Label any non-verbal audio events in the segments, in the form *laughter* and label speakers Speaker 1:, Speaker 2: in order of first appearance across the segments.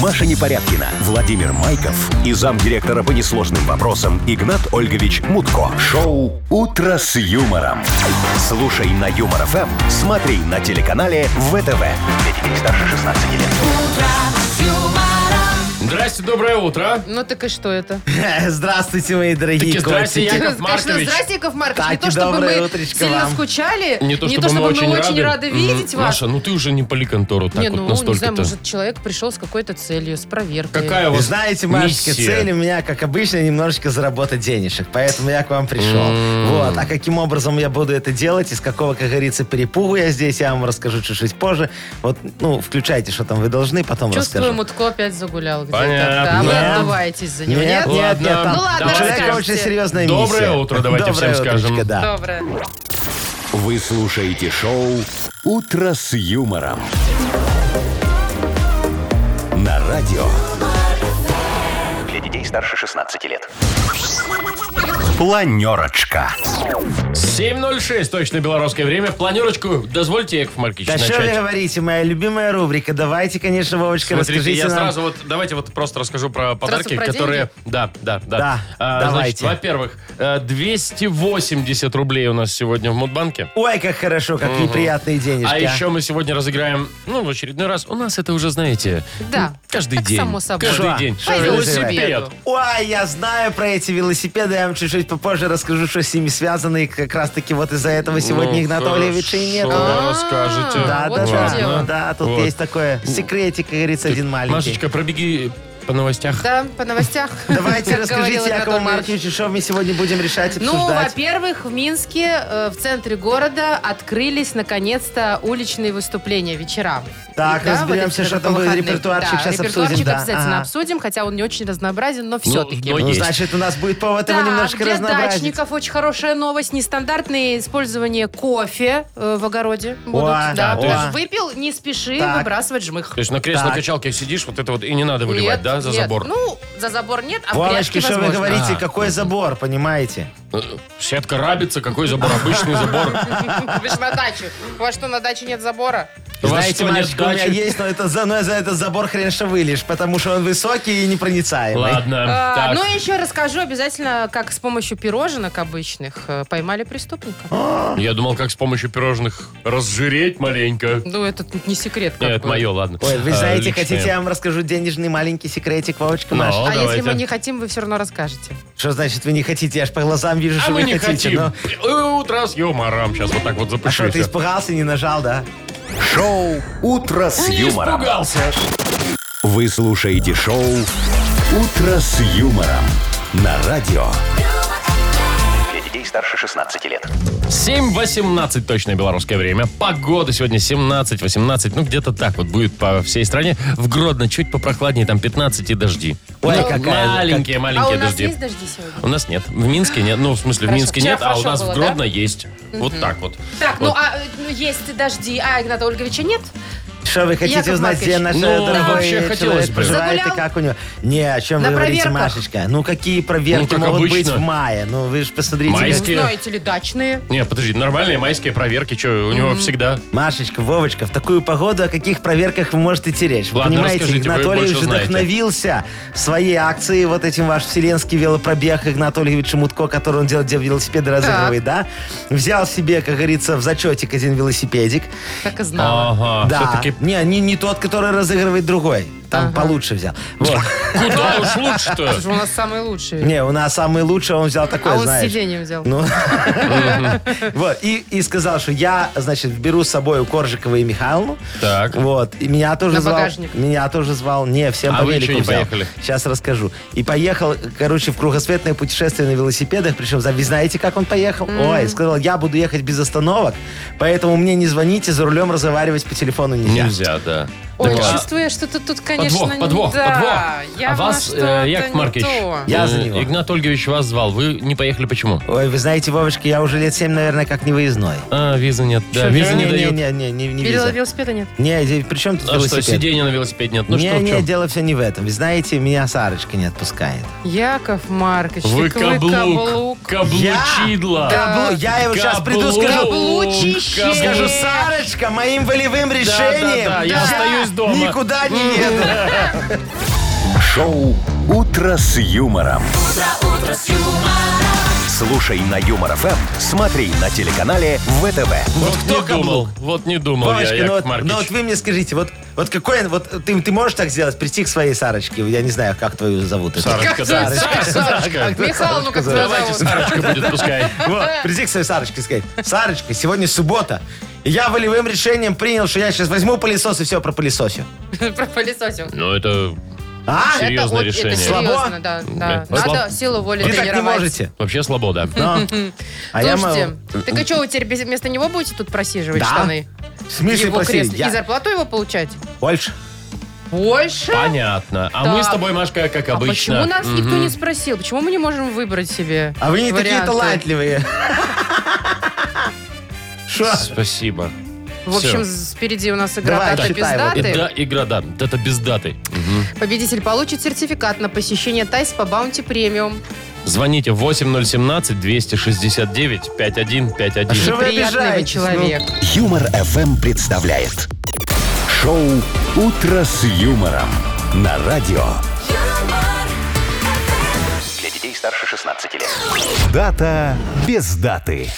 Speaker 1: Маша Непорядкина, Владимир Майков и замдиректора по несложным вопросам Игнат Ольгович Мутко. Шоу «Утро с юмором». Слушай на Юмор ФМ, смотри на телеканале ВТВ. Для детей старше 16 лет.
Speaker 2: Здрасте, доброе утро.
Speaker 3: Ну так и что это?
Speaker 4: *laughs* Здравствуйте, мои дорогие
Speaker 2: Таки здрасте,
Speaker 4: котики.
Speaker 2: Яков
Speaker 3: Конечно,
Speaker 2: Маркович.
Speaker 3: здрасте, Яков Маркович.
Speaker 4: Так,
Speaker 3: не то, чтобы
Speaker 4: доброе
Speaker 3: мы
Speaker 4: утречко
Speaker 3: сильно
Speaker 4: вам.
Speaker 3: скучали, рады видеть
Speaker 2: Мгм.
Speaker 3: вас.
Speaker 2: Маша, ну ты уже не пали контору так
Speaker 3: не,
Speaker 2: вот
Speaker 3: ну, не знаю,
Speaker 2: настолько-то.
Speaker 3: может, э, человек пришел с какой-то целью, с проверкой.
Speaker 2: Какая у вас
Speaker 4: Знаете, Машечка,
Speaker 2: миссия?
Speaker 4: цель у меня, как обычно, немножечко заработать денежек. Поэтому я к вам пришел. Вот. А каким образом я буду это делать, из какого, как говорится, перепугу я здесь, я вам расскажу чуть-чуть позже. Вот, ну, включайте, что там вы должны, потом
Speaker 3: Чувствую,
Speaker 4: расскажу.
Speaker 3: Мутко опять загулял где-то.
Speaker 2: Понятно.
Speaker 3: Да, вы
Speaker 4: Нет.
Speaker 3: отдуваетесь за него, нет?
Speaker 4: Нет, нет,
Speaker 2: Ладно.
Speaker 4: нет. там
Speaker 3: Ну ладно,
Speaker 4: у человека
Speaker 3: расскажете.
Speaker 4: очень серьезная миссия.
Speaker 2: Доброе утро, давайте
Speaker 4: Доброе
Speaker 2: всем скажем.
Speaker 4: утречко, да.
Speaker 3: Доброе.
Speaker 1: Вы слушаете шоу «Утро с юмором». На радио. Для детей старше 16 лет. Планерочка.
Speaker 2: 7.06, точно белорусское время. Планерочку дозвольте, Яков Маркович,
Speaker 4: Да что вы
Speaker 2: начать.
Speaker 4: говорите, моя любимая рубрика. Давайте, конечно, Вовочка,
Speaker 2: Смотрите,
Speaker 4: расскажите
Speaker 2: я
Speaker 4: нам.
Speaker 2: сразу вот, давайте вот просто расскажу про подарки,
Speaker 3: про
Speaker 2: которые... Да, да, да.
Speaker 4: Да,
Speaker 2: А,
Speaker 4: давайте.
Speaker 2: Значит, во-первых, э, 280 рублей у нас сегодня в Мудбанке.
Speaker 4: Ой, как хорошо, как неприятные денежки.
Speaker 2: А еще мы сегодня разыграем, ну, в очередной раз. У нас это уже, знаете,
Speaker 3: Да,
Speaker 2: ну, каждый
Speaker 3: так
Speaker 2: день.
Speaker 3: само собой.
Speaker 2: Каждый
Speaker 4: Что?
Speaker 2: день.
Speaker 4: Что
Speaker 3: вы
Speaker 2: Велосипед.
Speaker 3: разыграете?
Speaker 4: Ой, я знаю про эти велосипеды, я вам чуть-чуть попозже расскажу, что с ними связано, и как раз-таки вот из-за этого сегодня
Speaker 2: Ну,
Speaker 4: Игната Олевича и нет.
Speaker 2: хорошо,
Speaker 3: А,
Speaker 2: расскажете.
Speaker 4: Да,
Speaker 3: вот
Speaker 4: да,
Speaker 3: в чем дело.
Speaker 4: да, да, тут
Speaker 2: Вот.
Speaker 4: есть такое секретик, как говорится, один маленький.
Speaker 2: Машечка, пробеги по новостях.
Speaker 3: Да, по новостях. *laughs*
Speaker 4: Давайте
Speaker 3: Как говорил
Speaker 4: расскажите
Speaker 3: Игнат
Speaker 4: Якову
Speaker 3: Ольгович.
Speaker 4: Марковичу, что мы сегодня будем решать,
Speaker 3: Ну,
Speaker 4: обсуждать.
Speaker 3: во-первых, в Минске, э, в центре города, открылись наконец-то уличные выступления вечера.
Speaker 4: Так, разберемся, что там будет, репертуарчик
Speaker 3: да,
Speaker 4: щас обсудим,
Speaker 3: репертуарчик
Speaker 4: да,
Speaker 3: обязательно
Speaker 4: ага.
Speaker 3: обсудим, хотя он не очень разнообразен, но все-таки.
Speaker 2: но
Speaker 4: ну,
Speaker 2: есть.
Speaker 4: значит, у нас будет повод его
Speaker 3: Так,
Speaker 4: немножко
Speaker 3: для
Speaker 4: разнообразить.
Speaker 3: дачников очень хорошая новость. Нестандартное использование кофе э, в огороде будут.
Speaker 4: О,
Speaker 3: да,
Speaker 4: о.
Speaker 3: то есть выпил, не спеши
Speaker 4: Так.
Speaker 3: выбрасывать жмых.
Speaker 2: То есть на кресло-качалке сидишь, вот это вот, и не надо выливать,
Speaker 3: Нет,
Speaker 2: да, за
Speaker 3: нет.
Speaker 2: забор?
Speaker 3: Ну, за забор нет, а в
Speaker 4: Вовочки,
Speaker 3: грядке
Speaker 4: что вы
Speaker 3: возможно.
Speaker 4: говорите,
Speaker 2: А.
Speaker 4: какой забор, понимаете?
Speaker 2: Э, Сетка рабится, какой забор?
Speaker 4: *laughs*
Speaker 2: Обычный забор.
Speaker 3: *laughs* Вы ж на дачу. У вас что, на даче нет забора?
Speaker 2: У вас
Speaker 4: Знаете,
Speaker 2: что, нет
Speaker 4: Машечка, у меня
Speaker 2: дачи?
Speaker 4: есть, но, это, за- но я за этот забор хрен что вылишь, потому что он высокий и непроницаемый.
Speaker 2: Ладно,
Speaker 3: А,
Speaker 2: Э, так.
Speaker 3: ну, и еще расскажу обязательно, как с помощью пироженок обычных э, поймали преступника.
Speaker 2: Я думал, как с помощью пирожных разжиреть маленько.
Speaker 3: Ну, это тут не секрет.
Speaker 2: Нет,
Speaker 3: как
Speaker 2: это
Speaker 3: бы.
Speaker 2: мое, ладно.
Speaker 4: Ой, вы
Speaker 2: А,
Speaker 4: знаете,
Speaker 2: личное.
Speaker 4: хотите, я вам расскажу денежный маленький секретик, Вовочка
Speaker 2: Ну,
Speaker 4: Маша?
Speaker 3: А если
Speaker 2: давайте.
Speaker 3: мы не хотим, вы все равно расскажете.
Speaker 4: Что значит вы не хотите? Я ж по глазам вижу,
Speaker 2: А
Speaker 4: что
Speaker 2: мы
Speaker 4: вы
Speaker 2: не
Speaker 4: хотите.
Speaker 2: хотим.
Speaker 4: но-
Speaker 2: Э, Утро с юмором. Сейчас вот так вот
Speaker 4: А что,
Speaker 2: запущусь.
Speaker 4: ты испугался, не нажал, да?
Speaker 1: Шоу «Утро с
Speaker 2: Не
Speaker 1: юмором».
Speaker 2: испугался.
Speaker 1: Вы слушаете шоу «Утро с юмором» на радио. Для детей старше 16 лет.
Speaker 2: 7.18 точное белорусское время. Погода сегодня 17-18. Ну, где-то так вот будет по всей стране. В Гродно чуть попрохладнее, там 15 и дожди.
Speaker 4: Ой,
Speaker 2: Ну,
Speaker 4: какая-
Speaker 2: маленькие,
Speaker 3: а
Speaker 2: маленькие
Speaker 3: у нас
Speaker 2: дожди.
Speaker 3: есть дожди сегодня?
Speaker 2: У нас нет. В Минске нет. Ну, в смысле, в
Speaker 3: Хорошо.
Speaker 2: Минске
Speaker 3: Вчера
Speaker 2: нет, а у
Speaker 3: хорошо
Speaker 2: нас
Speaker 3: было,
Speaker 2: в Гродно есть. Вот так вот.
Speaker 3: Так, ну
Speaker 2: Вот.
Speaker 3: а э, ну, есть дожди, а Игната Ольговича нет?
Speaker 4: Что вы хотите
Speaker 3: Яков
Speaker 4: узнать, где наш
Speaker 3: Маркович.
Speaker 4: э,
Speaker 2: Ну,
Speaker 4: дорогой
Speaker 2: вообще
Speaker 4: человек
Speaker 2: хотелось бы.
Speaker 4: проживает и
Speaker 3: Загулял?
Speaker 4: как у него? Не, о чем
Speaker 3: На
Speaker 4: вы говорите,
Speaker 3: проверках.
Speaker 4: Машечка? Ну, какие проверки
Speaker 2: Ну, как
Speaker 4: могут быть
Speaker 2: обычно.
Speaker 4: в мае? Ну, вы же посмотрите. как-
Speaker 2: Майские. Какие?
Speaker 3: Ну, Знаете ли, дачные.
Speaker 2: Не, подожди, нормальные майские проверки, что у него всегда.
Speaker 4: Машечка, Вовочка, в такую погоду о каких проверках вы можете идти речь? Вы
Speaker 2: Ладно,
Speaker 4: понимаете,
Speaker 2: расскажите, вы
Speaker 4: Игнатольевич
Speaker 2: больше знаете.
Speaker 4: вдохновился своей акцией, вот этим ваш вселенский велопробег Игнатольевич Мутко, который он делает, где велосипеды разыгрывает, да? Взял себе, как говорится, в зачетик один велосипедик.
Speaker 3: Как и
Speaker 2: А.
Speaker 3: знала.
Speaker 2: Ага,
Speaker 4: да.
Speaker 2: все-таки
Speaker 4: Не, не, не тот, который разыгрывает другой. Там
Speaker 3: Ага.
Speaker 4: получше взял. Вот.
Speaker 2: куда уж
Speaker 3: Потому
Speaker 2: лучше-то?
Speaker 3: что у нас самые лучшие.
Speaker 4: Не, у нас самый лучший, он взял такой,
Speaker 3: А он с
Speaker 4: знаешь.
Speaker 3: сиденьем взял.
Speaker 4: Ну, *laughs* вот, и, и сказал, что я, значит, беру с собой Коржикова и Михайловну.
Speaker 2: Так.
Speaker 4: Вот, и меня тоже
Speaker 3: На
Speaker 4: звал.
Speaker 3: багажник.
Speaker 4: Меня тоже звал. Не, всем
Speaker 2: А
Speaker 4: по
Speaker 2: вы
Speaker 4: велику
Speaker 2: чё не
Speaker 4: взял.
Speaker 2: поехали?
Speaker 4: Сейчас расскажу. И поехал, короче, в кругосветное путешествие на велосипедах, причем, за- вы знаете, как он поехал? Ой, сказал, я буду ехать без остановок, поэтому мне не звоните, за рулем разговаривать по телефону нельзя.
Speaker 2: Нельзя, да.
Speaker 3: Ой,
Speaker 2: Так, а-
Speaker 3: чувствую я, что ты тут, конечно,
Speaker 2: Подвох,
Speaker 3: не-
Speaker 2: подвох,
Speaker 3: да,
Speaker 2: подвох.
Speaker 3: явно
Speaker 2: а вас,
Speaker 3: что-то
Speaker 2: э, Яков
Speaker 3: не
Speaker 2: Маркович,
Speaker 3: то.
Speaker 4: Я за него.
Speaker 2: Игнат Ольгович вас звал, вы не поехали почему?
Speaker 4: Ой, вы знаете, Вовочка, я уже лет семь, наверное, как не выездной.
Speaker 2: А, визы нет. Да,
Speaker 3: Чё,
Speaker 2: визы не,
Speaker 4: не,
Speaker 2: дают.
Speaker 4: не, не, не, не
Speaker 3: Вел-
Speaker 4: виза.
Speaker 3: Велосипеда нет.
Speaker 4: Не, де- при чем тут
Speaker 2: А что,
Speaker 4: велосипед?
Speaker 2: сиденья на велосипеде нет? Ну
Speaker 4: не,
Speaker 2: что, в
Speaker 4: не,
Speaker 2: чем?
Speaker 4: дело все не в этом. Вы знаете, меня Сарочка не отпускает.
Speaker 3: Яков Маркович,
Speaker 2: Вы
Speaker 3: так
Speaker 2: каблук, каблучидло.
Speaker 4: Каблу- я его сейчас приду, скажу,
Speaker 3: Каблучище.
Speaker 4: скажу, Сарочка, моим волевым решением
Speaker 2: да, да, я
Speaker 4: я
Speaker 2: остаюсь из дома. М-м-м.
Speaker 4: Никуда не еду.
Speaker 1: Шоу «Утро с юмором». Слушай на Юмор ФМ, смотри на телеканале ВТВ.
Speaker 2: Вот кто
Speaker 4: не думал.
Speaker 2: думал? Вот не думал я,
Speaker 4: Вовочка, ну,
Speaker 2: Яков
Speaker 4: вот,
Speaker 2: Маркович.
Speaker 4: ну вот вы мне скажите, вот, вот какой, вот ты, ты можешь так сделать, прийти к своей Сарочке, я не знаю, как твою зовут. это. *laughs*
Speaker 2: Сарочка,
Speaker 3: Как
Speaker 2: да.
Speaker 3: зовут? Сарочка.
Speaker 2: Сарочка.
Speaker 3: Михаил, ну как тебя
Speaker 2: Давайте
Speaker 3: зовут?
Speaker 2: Сарочка будет, пускай.
Speaker 4: Вот, приди к своей Сарочке и сказать, Сарочка, сегодня суббота, и я волевым решением принял, что я сейчас возьму пылесос и все пропылесосю.
Speaker 3: *laughs* Пропылесосим.
Speaker 2: Ну, это
Speaker 4: А?
Speaker 2: Серьезно? Серьезное
Speaker 3: это
Speaker 2: решение.
Speaker 4: Слабо?
Speaker 3: серьезно, да, да.
Speaker 2: Ну, слабо.
Speaker 3: Надо силу воли
Speaker 4: Вы так не
Speaker 3: тренировать.
Speaker 4: можете.
Speaker 2: вообще слабода.
Speaker 4: Но.
Speaker 3: *laughs*
Speaker 4: А я
Speaker 3: Слушайте,
Speaker 4: могу-
Speaker 3: так а что, вы теперь без- вместо него будете тут просиживать
Speaker 4: Да.
Speaker 3: штаны?
Speaker 4: В смысле,
Speaker 3: его
Speaker 4: прости,
Speaker 3: кресло. И
Speaker 4: я
Speaker 3: зарплату его получать?
Speaker 4: больше.
Speaker 3: Больше?
Speaker 2: Понятно. А
Speaker 3: Так.
Speaker 2: мы с тобой, Машка, как
Speaker 3: А
Speaker 2: обычно.
Speaker 3: почему нас никто не спросил? Почему мы не можем выбрать себе
Speaker 4: А вы не такие
Speaker 3: варианты?
Speaker 4: *laughs* талантливые. Шо?
Speaker 2: Спасибо.
Speaker 3: В общем, впереди у нас игра
Speaker 4: Давай,
Speaker 3: «Дата без
Speaker 4: считай вот
Speaker 2: И
Speaker 3: даты».
Speaker 2: да, игра, да. Это без даты.
Speaker 3: Победитель получит сертификат на посещение Тайс по Баунти Премиум.
Speaker 2: Звоните 8017-269-5151.
Speaker 4: Что
Speaker 3: Приятный
Speaker 4: вы
Speaker 3: вы
Speaker 4: обижаетесь, ну?
Speaker 3: человек.
Speaker 1: Юмор ФМ представляет шоу Утро с юмором на радио. Для детей старше 16 лет. Дата без даты.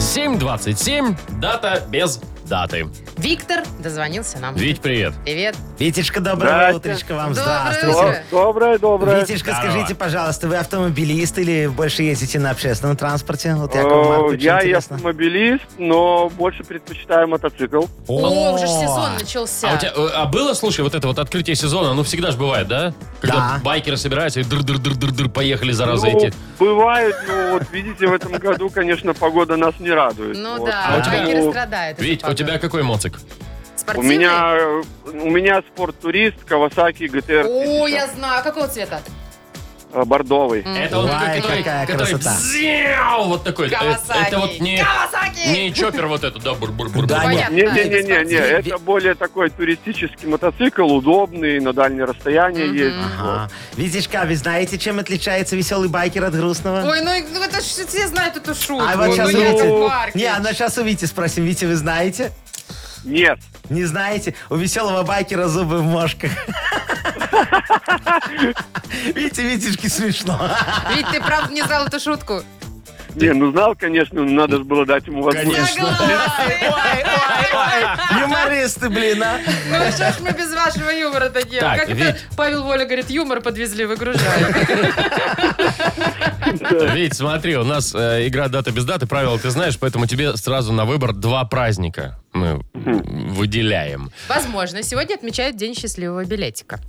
Speaker 2: 7.27. Дата без даты.
Speaker 3: Виктор дозвонился нам.
Speaker 2: Вить, привет.
Speaker 3: Привет.
Speaker 4: Витечка, доброе утречко вам.
Speaker 3: Доброе
Speaker 4: Здравствуйте.
Speaker 3: утро.
Speaker 5: Доброе, доброе.
Speaker 4: Витечка,
Speaker 2: Здорово.
Speaker 4: скажите, пожалуйста, вы автомобилист или больше ездите на общественном транспорте? Вот Якову
Speaker 5: Э,
Speaker 4: Марковичу
Speaker 5: Я и
Speaker 4: интересно.
Speaker 5: автомобилист, но больше предпочитаю мотоцикл.
Speaker 3: О, уже ж сезон
Speaker 2: А, у
Speaker 3: начался.
Speaker 2: тебя, э, а было, слушай, вот это вот открытие сезона, ну всегда же бывает, да? Когда
Speaker 4: Да.
Speaker 2: байкеры собираются и дыр-дыр-дыр-дыр-дыр поехали, зараза,
Speaker 5: Ну,
Speaker 2: эти.
Speaker 5: бывает, но вот видите, в этом году, конечно, погода нас не радует.
Speaker 3: Ну
Speaker 5: Вот.
Speaker 3: да,
Speaker 2: А у тебя-
Speaker 3: байкеры
Speaker 5: Поэтому
Speaker 3: страдают. из-за
Speaker 2: Вить, у
Speaker 3: погоды.
Speaker 2: тебя какой моцик?
Speaker 5: У
Speaker 3: Спортивный?
Speaker 5: меня, э, у меня спорт-турист Кавасаки ГТР
Speaker 3: О, я знаю. Какого цвета?
Speaker 5: э, бордовый.
Speaker 2: Это он
Speaker 4: Ой,
Speaker 2: такой, который,
Speaker 4: какая
Speaker 2: который
Speaker 4: красота.
Speaker 2: бзяу, вот такой. Э,
Speaker 3: Кавасаки.
Speaker 2: Это вот не,
Speaker 3: Кавасаки!
Speaker 2: не чоппер вот этот, да, бур-бур-бур.
Speaker 4: Да, нет.
Speaker 3: Понятно.
Speaker 5: Не-не-не-не,
Speaker 4: Вид-
Speaker 5: это более такой туристический мотоцикл, удобный, на дальнее расстояние ездить.
Speaker 4: Ага. Витечка, а вы знаете, чем отличается веселый байкер от грустного?
Speaker 3: Ой, ну, и- ну это ж все знают эту шутку.
Speaker 4: А вот
Speaker 3: Ну,
Speaker 4: сейчас
Speaker 5: ну,
Speaker 3: Яков
Speaker 5: видите.
Speaker 3: Маркович.
Speaker 4: Не, а ну сейчас у Вити спросим. Витя, вы знаете?
Speaker 5: Нет,
Speaker 4: Не знаете? У веселого байкера зубы в мошках. Витя, Витюшке смешно.
Speaker 3: Вить, ты правда не знал эту шутку?
Speaker 5: не, ну знал, конечно, но надо же было дать ему возможность.
Speaker 2: Конечно.
Speaker 4: Ой, ой, ой. Юмористы, блин, а.
Speaker 3: Ну что ж мы без вашего юмора такие?
Speaker 2: Так,
Speaker 3: как это
Speaker 2: Вить.
Speaker 3: Павел Воля говорит, юмор подвезли, *laughs* выгружаем.
Speaker 2: Вить, смотри, у нас э, игра «Дата без даты», правила ты знаешь, поэтому тебе сразу на выбор два праздника мы выделяем.
Speaker 3: Возможно, сегодня отмечают День счастливого билетика.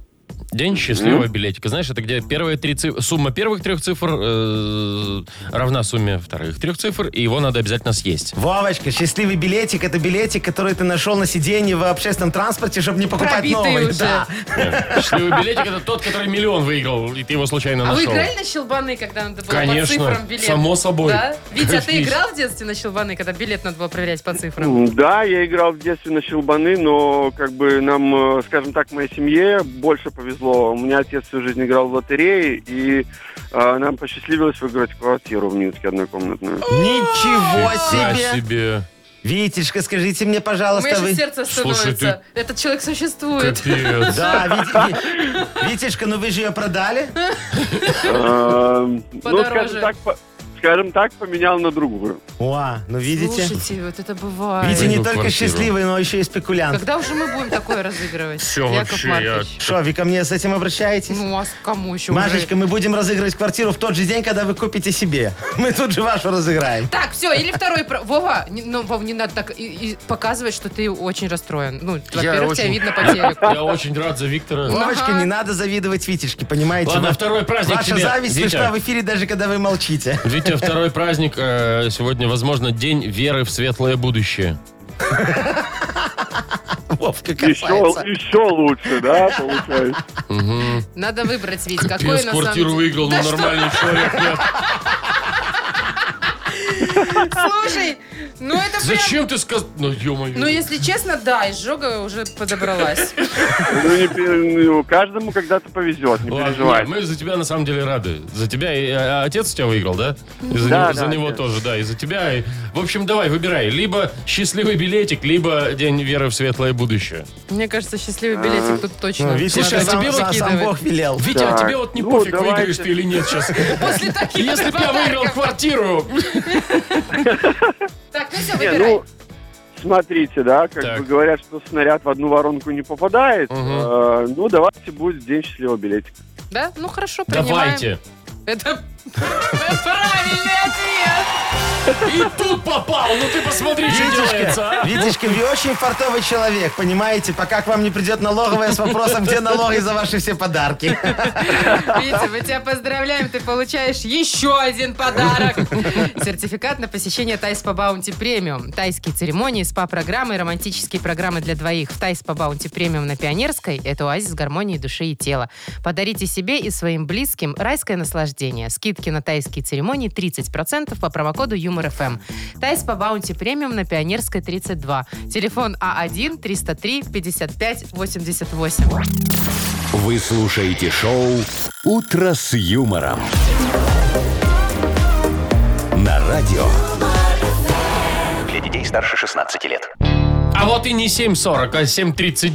Speaker 2: День счастливого билетика. Знаешь, это где первые три цифры, сумма первых трех цифр э, равна сумме вторых трех цифр, и его надо обязательно съесть.
Speaker 4: Вовочка, счастливый билетик – это билетик, который ты нашел на сиденье в общественном транспорте, чтобы не покупать
Speaker 3: Пробитый
Speaker 4: новый.
Speaker 3: уже.
Speaker 4: Да.
Speaker 2: Э, Счастливый билетик это тот, который миллион выиграл, и ты его случайно
Speaker 3: А вы
Speaker 2: нашел.
Speaker 3: играли на щелбаны, когда надо было
Speaker 2: Конечно,
Speaker 3: по цифрам билет?
Speaker 2: само собой.
Speaker 3: Да? Витя, а ты
Speaker 2: Конечно.
Speaker 3: играл в детстве на щелбаны, когда билет надо было проверять по цифрам?
Speaker 5: М, Да, я играл в детстве на щелбаны, но как бы нам, э, скажем так, моей семье больше повезло. У меня отец всю жизнь играл в лотереи, и э, нам посчастливилось выиграть квартиру в Минске однокомнатную.
Speaker 4: Ничего
Speaker 2: Нифига
Speaker 4: себе!
Speaker 2: себе.
Speaker 4: Витечка, скажите мне,
Speaker 3: У
Speaker 4: пожалуйста,
Speaker 3: меня же
Speaker 4: вы...
Speaker 3: сердце
Speaker 2: Слушай,
Speaker 3: становится. Этот человек существует. *laughs*
Speaker 2: Капец.
Speaker 4: Да, Вит- Ви- Витечка, ну вы же ее продали?
Speaker 5: Э, Ну,
Speaker 3: Подороже.
Speaker 5: скажем так, по- скажем так, поменял на другую.
Speaker 4: О, ну видите?
Speaker 3: Слушайте, вот это бывает.
Speaker 4: Витя
Speaker 2: Ой,
Speaker 4: не
Speaker 2: ну,
Speaker 4: только
Speaker 2: квартиру.
Speaker 4: счастливый, но еще и спекулянт.
Speaker 3: Когда уже мы будем такое разыгрывать?
Speaker 2: Всё,
Speaker 3: Яков
Speaker 2: вообще,
Speaker 3: Маркович?
Speaker 4: Что, вы ко мне с этим обращаетесь?
Speaker 3: Ну, а с- кому еще?
Speaker 4: Машечка,
Speaker 3: уже?
Speaker 4: мы будем разыгрывать квартиру в тот же день, когда вы купите себе. *laughs* Мы тут же вашу разыграем.
Speaker 3: Так, все, или второй... про- Вова, не- ну, Вов, не надо так и- и показывать, что ты очень расстроен. Ну, во-первых, тебя
Speaker 2: очень- *laughs*
Speaker 3: видно по телеку.
Speaker 2: Я очень рад за Виктора.
Speaker 4: Вовочка, не надо завидовать Витечке, понимаете?
Speaker 2: Ладно,
Speaker 4: Ва-
Speaker 2: второй праздник
Speaker 4: Ваша
Speaker 2: тебе,
Speaker 4: зависть
Speaker 2: Витя.
Speaker 4: слышна в эфире, даже когда вы молчите. *laughs*
Speaker 2: Витя, второй праздник э, сегодня, возможно, день веры в светлое будущее.
Speaker 4: Вовка
Speaker 5: Еще,
Speaker 4: касается.
Speaker 5: еще лучше, да, получается.
Speaker 3: Надо выбрать, Вить,
Speaker 2: Капец, ну,
Speaker 3: какой на самом
Speaker 2: квартиру
Speaker 3: *laughs* деле-
Speaker 2: выиграл, но
Speaker 3: Да
Speaker 2: нормальный человек нет.
Speaker 3: Слушай, ну это прям...
Speaker 2: Зачем ты сказал? Ну, ё-моё.
Speaker 3: Ну, если честно, да, изжога уже подобралась.
Speaker 5: Ну, не пер- ну, каждому когда-то повезет, не
Speaker 2: Ладно,
Speaker 5: переживай.
Speaker 2: Мы за тебя на самом деле рады. За тебя и а, отец у тебя выиграл, да? И за,
Speaker 5: Да,
Speaker 2: него,
Speaker 5: да,
Speaker 2: за него
Speaker 5: отец.
Speaker 2: тоже, да. И за тебя. И... В общем, давай, выбирай. Либо счастливый билетик, либо день веры в светлое будущее.
Speaker 3: Мне кажется,
Speaker 2: А,
Speaker 3: счастливый билетик тут точно.
Speaker 4: Ну, видишь,
Speaker 2: Слушай,
Speaker 4: это
Speaker 2: а тебе
Speaker 4: сам,
Speaker 2: вот
Speaker 4: сам- сам
Speaker 3: накидывает.
Speaker 4: Бог велел.
Speaker 2: Витя,
Speaker 5: Так,
Speaker 2: а тебе вот не
Speaker 5: ну,
Speaker 2: пофиг,
Speaker 5: давайте.
Speaker 2: выиграешь ты или нет
Speaker 3: *laughs*
Speaker 2: сейчас.
Speaker 3: После таких
Speaker 2: Если бы я выиграл
Speaker 3: подарков.
Speaker 2: квартиру.
Speaker 3: Так, ну все,
Speaker 5: Не,
Speaker 3: выбирай.
Speaker 5: ну, смотрите, да, как
Speaker 2: Так.
Speaker 5: бы говорят, что снаряд в одну воронку не попадает.
Speaker 2: Мгм.
Speaker 5: Э, ну, давайте будет день счастливого билетика.
Speaker 3: Да? Ну хорошо, принимаем.
Speaker 2: Давайте.
Speaker 3: Это *laughs* правильный ответ.
Speaker 2: И тут попал. Ну ты посмотри, что делается, а.
Speaker 4: Витюшка, вы очень фартовый человек, понимаете? Пока к вам не придет налоговая с вопросом, где налоги за ваши все
Speaker 2: *laughs*
Speaker 4: подарки.
Speaker 3: Витя, мы тебя поздравляем. Ты получаешь еще один подарок. Сертификат на посещение Тайс по Баунти Премиум. Тайские церемонии, спа-программы, и романтические программы для двоих. В Тайс по Баунти Премиум на Пионерской – это оазис гармонии души и тела. Подарите себе и своим близким райское наслаждение. Скидки на тайские церемонии 30% по промокоду Юмор ФМ. Тайс по Баунти Премиум на Пионерской 32. Телефон А А1 303 55 88.
Speaker 1: Вы слушаете шоу «Утро с юмором». На радио.
Speaker 6: Для детей старше 16 лет.
Speaker 2: А вот и не 7.40, а 7.39.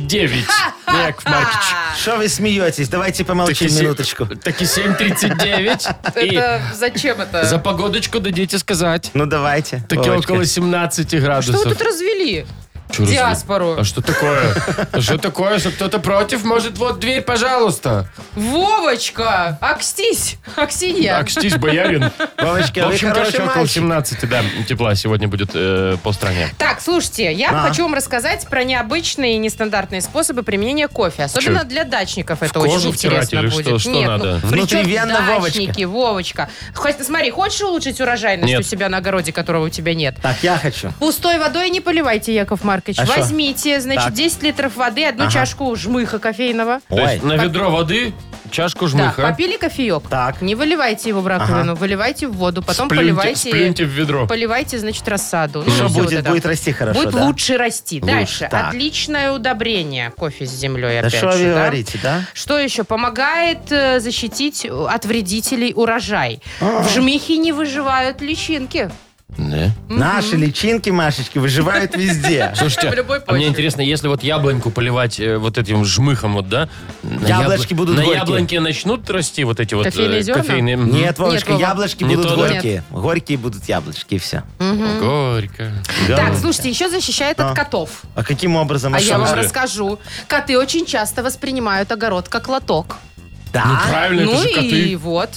Speaker 2: Яков Маркович.
Speaker 3: А,
Speaker 4: Что вы смеетесь? Давайте помолчим
Speaker 2: се-
Speaker 4: минуточку.
Speaker 2: Так и 7.39. И
Speaker 3: Это зачем это?
Speaker 2: за погодочку дадите сказать.
Speaker 4: Ну давайте.
Speaker 2: Так и
Speaker 4: Вовочка.
Speaker 2: около 17
Speaker 3: Что вы тут
Speaker 2: градусов.
Speaker 3: развели?
Speaker 2: Чё разве-
Speaker 3: диаспору?
Speaker 2: А что такое? А Что такое? Если кто-то против, может, вот дверь, пожалуйста.
Speaker 3: Вовочка! Акстись! Аксинья!
Speaker 2: Акстись, боярин.
Speaker 4: Вовочка,
Speaker 2: В
Speaker 4: вы
Speaker 2: общем,
Speaker 4: хороший
Speaker 2: короче, около
Speaker 4: мальчик.
Speaker 2: 17, да, тепла сегодня будет э, по стране.
Speaker 3: Так, слушайте, я
Speaker 4: А.
Speaker 3: хочу вам рассказать про необычные и нестандартные способы применения кофе. Особенно
Speaker 2: Чё?
Speaker 3: для дачников это
Speaker 2: кожу
Speaker 3: очень
Speaker 2: втирать
Speaker 3: интересно
Speaker 2: или
Speaker 3: будет.
Speaker 2: что- что
Speaker 3: Нет,
Speaker 2: надо?
Speaker 3: Ну, причем
Speaker 4: Внутривенно, Вовочка.
Speaker 3: дачники, Вовочка. Хоть- смотри, хочешь улучшить урожайность
Speaker 2: Нет.
Speaker 3: у себя на огороде, которого у тебя нет?
Speaker 4: Так, я хочу.
Speaker 3: Пустой водой не поливайте, Яков Маркович.
Speaker 4: А шо?
Speaker 3: Возьмите, значит,
Speaker 4: Так.
Speaker 3: 10 литров воды, одну
Speaker 4: Ага.
Speaker 3: чашку жмыха кофейного.
Speaker 2: То есть
Speaker 4: Ой,
Speaker 2: на ведро воды чашку
Speaker 3: Да,
Speaker 2: жмыха.
Speaker 3: попили кофеек.
Speaker 4: Так.
Speaker 3: Не выливайте его в раковину, выливайте в воду, потом
Speaker 2: сплюньте-
Speaker 3: поливайте.
Speaker 2: сплюньте в ведро.
Speaker 3: Поливайте, значит, рассаду. Ну, всё
Speaker 4: что
Speaker 3: вот
Speaker 4: будет?
Speaker 3: это.
Speaker 4: Будет расти хорошо,
Speaker 3: Будет
Speaker 4: да?
Speaker 3: лучше расти.
Speaker 4: Лучше,
Speaker 3: Дальше.
Speaker 4: так.
Speaker 3: Отличное удобрение кофе с землей.
Speaker 4: Да
Speaker 3: опять
Speaker 4: что вы
Speaker 3: же, да?
Speaker 4: говорите, да?
Speaker 3: Что еще? Помогает э, защитить э, от вредителей урожай.
Speaker 4: А.
Speaker 3: В жмихе не выживают личинки.
Speaker 2: Да.
Speaker 4: Наши личинки, Машечки, выживают везде.
Speaker 2: Слушайте,
Speaker 3: *laughs* В любой
Speaker 2: а мне
Speaker 3: почве.
Speaker 2: интересно, если вот яблоньку поливать э, вот этим жмыхом, вот, да? на
Speaker 4: Яблочки будут
Speaker 2: На
Speaker 4: горькие.
Speaker 2: яблоньке начнут расти вот эти вот э,
Speaker 3: Кофейные зерна?
Speaker 2: кофейные... М,
Speaker 4: Нет, Вовочка,
Speaker 3: Вова.
Speaker 4: яблочки
Speaker 2: Не
Speaker 4: будут
Speaker 2: то, да?
Speaker 4: горькие. Горькие будут яблочки, и все.
Speaker 2: ну, Горько.
Speaker 3: Так, слушайте, еще защищает
Speaker 4: А.
Speaker 3: от котов.
Speaker 4: А каким образом?
Speaker 3: А я
Speaker 4: что
Speaker 3: вам
Speaker 4: вы-
Speaker 2: же?
Speaker 3: расскажу. Коты очень часто воспринимают огород как лоток.
Speaker 2: Ну,
Speaker 4: Да?
Speaker 2: правильно, это
Speaker 3: ну
Speaker 2: же *laughs*
Speaker 3: и
Speaker 2: коты.
Speaker 3: вот.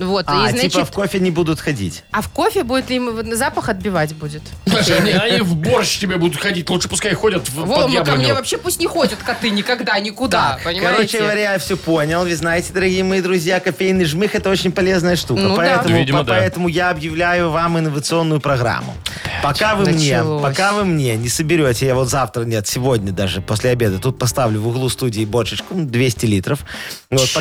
Speaker 3: Вот,
Speaker 4: А,
Speaker 3: и значит,
Speaker 4: типа в кофе не будут ходить.
Speaker 3: а в кофе будет им вот запах отбивать будет.
Speaker 2: Слушай, Они, они в борщ тебе будут ходить, лучше пускай ходят в,
Speaker 3: Во,
Speaker 2: под
Speaker 3: ну, ко мне
Speaker 2: яблоню.
Speaker 3: вообще пусть не ходят коты никогда, никуда, понимаете?
Speaker 4: Короче говоря, я все понял. Вы знаете, дорогие мои друзья, кофейный жмых это очень полезная штука.
Speaker 3: Ну да.
Speaker 4: поэтому,
Speaker 2: Видимо, да.
Speaker 4: поэтому я объявляю вам инновационную программу. Пока вы, мне,
Speaker 3: Началось.
Speaker 4: пока вы мне не соберете, я вот завтра, нет, сегодня даже, после обеда, тут поставлю в углу студии бочечку, ну, 200 литров. Вот,
Speaker 3: Чего?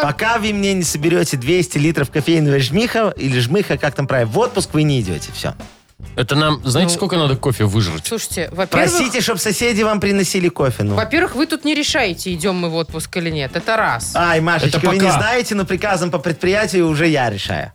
Speaker 4: Пока, пока вы мне не соберете 200 литров кофейного жмиха, или жмыха, как там правильно, в отпуск вы не идете, все.
Speaker 2: Это нам,
Speaker 3: Ну.
Speaker 2: знаете, сколько надо кофе выжрать?
Speaker 3: Слушайте, во-первых,
Speaker 4: Просите, чтобы соседи вам приносили кофе, ну.
Speaker 3: во-первых, вы тут не решаете, идем мы в отпуск или нет. Это раз.
Speaker 2: А-
Speaker 4: Ай, Машечка,
Speaker 2: Это
Speaker 4: вы не
Speaker 2: пока.
Speaker 4: знаете, но приказом по предприятию уже я решаю.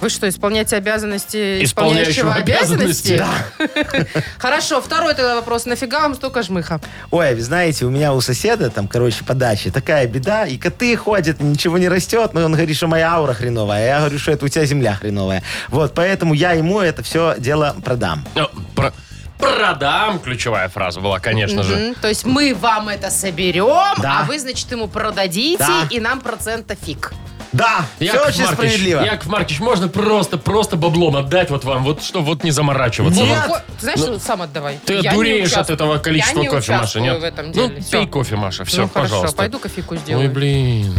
Speaker 3: Вы что, исполняете обязанности
Speaker 2: Исполняющего
Speaker 3: исполняющего обязанности?
Speaker 2: обязанности?
Speaker 3: *laughs* Хорошо, второй тогда вопрос. Нафига вам столько жмыха?
Speaker 4: Ой, вы знаете, у меня у соседа там, короче, по даче такая беда, и коты ходят, ничего не растет, но он говорит, что моя аура хреновая, а я говорю, что это у тебя земля хреновая. Вот, поэтому я ему это все дело продам.
Speaker 2: Ну, про- Продам, ключевая фраза была, конечно же.
Speaker 3: Мгм. То есть мы вам это соберем,
Speaker 4: Да.
Speaker 3: а вы, значит, ему продадите,
Speaker 4: Да.
Speaker 3: и нам процента фиг.
Speaker 4: Да, все очень справедливо.
Speaker 2: Яков Маркич, можно просто, просто баблом отдать вот вам, вот что вот не заморачиваться.
Speaker 4: Нет.
Speaker 2: Вот.
Speaker 3: Ко- Ты знаешь, сам отдавай.
Speaker 2: Ну, Ты
Speaker 3: Я не
Speaker 2: дуреешь от
Speaker 3: участвую.
Speaker 2: этого количества
Speaker 3: Я не
Speaker 2: кофе, Маша,
Speaker 3: участвую
Speaker 2: нет?
Speaker 3: в этом деле.
Speaker 2: Ну,
Speaker 3: Всё.
Speaker 2: пей кофе, Маша, все,
Speaker 3: ну,
Speaker 2: пожалуйста.
Speaker 3: хорошо, пойду кофейку сделаю.
Speaker 2: Ой, блин.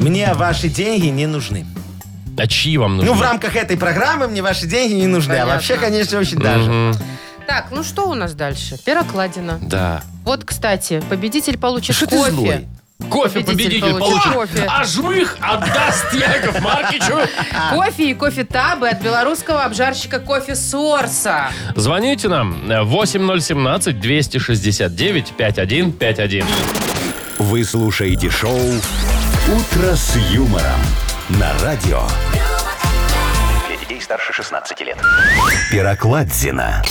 Speaker 4: Мне ваши деньги не нужны.
Speaker 2: А чьи вам нужны?
Speaker 4: Ну, в рамках этой программы мне ваши деньги не нужны,
Speaker 3: Понятно.
Speaker 4: а вообще, конечно, очень даже.
Speaker 2: Мгм.
Speaker 3: Так, ну что у нас дальше? Пирокладина.
Speaker 2: Да.
Speaker 3: Вот, кстати, победитель получит
Speaker 4: Что ты
Speaker 3: кофе.
Speaker 4: злой?
Speaker 2: Кофе победитель,
Speaker 3: Победитель
Speaker 2: получит.
Speaker 3: получит кофе.
Speaker 2: А жмых отдаст Яков Маркичу.
Speaker 3: Кофе и кофе табы от белорусского обжарщика кофе Сорса.
Speaker 2: Звоните нам э, 8017-269-5151.
Speaker 1: Вы слушаете шоу «Утро с юмором» на радио
Speaker 6: Для детей старше 16 лет.
Speaker 1: Пирокладзина.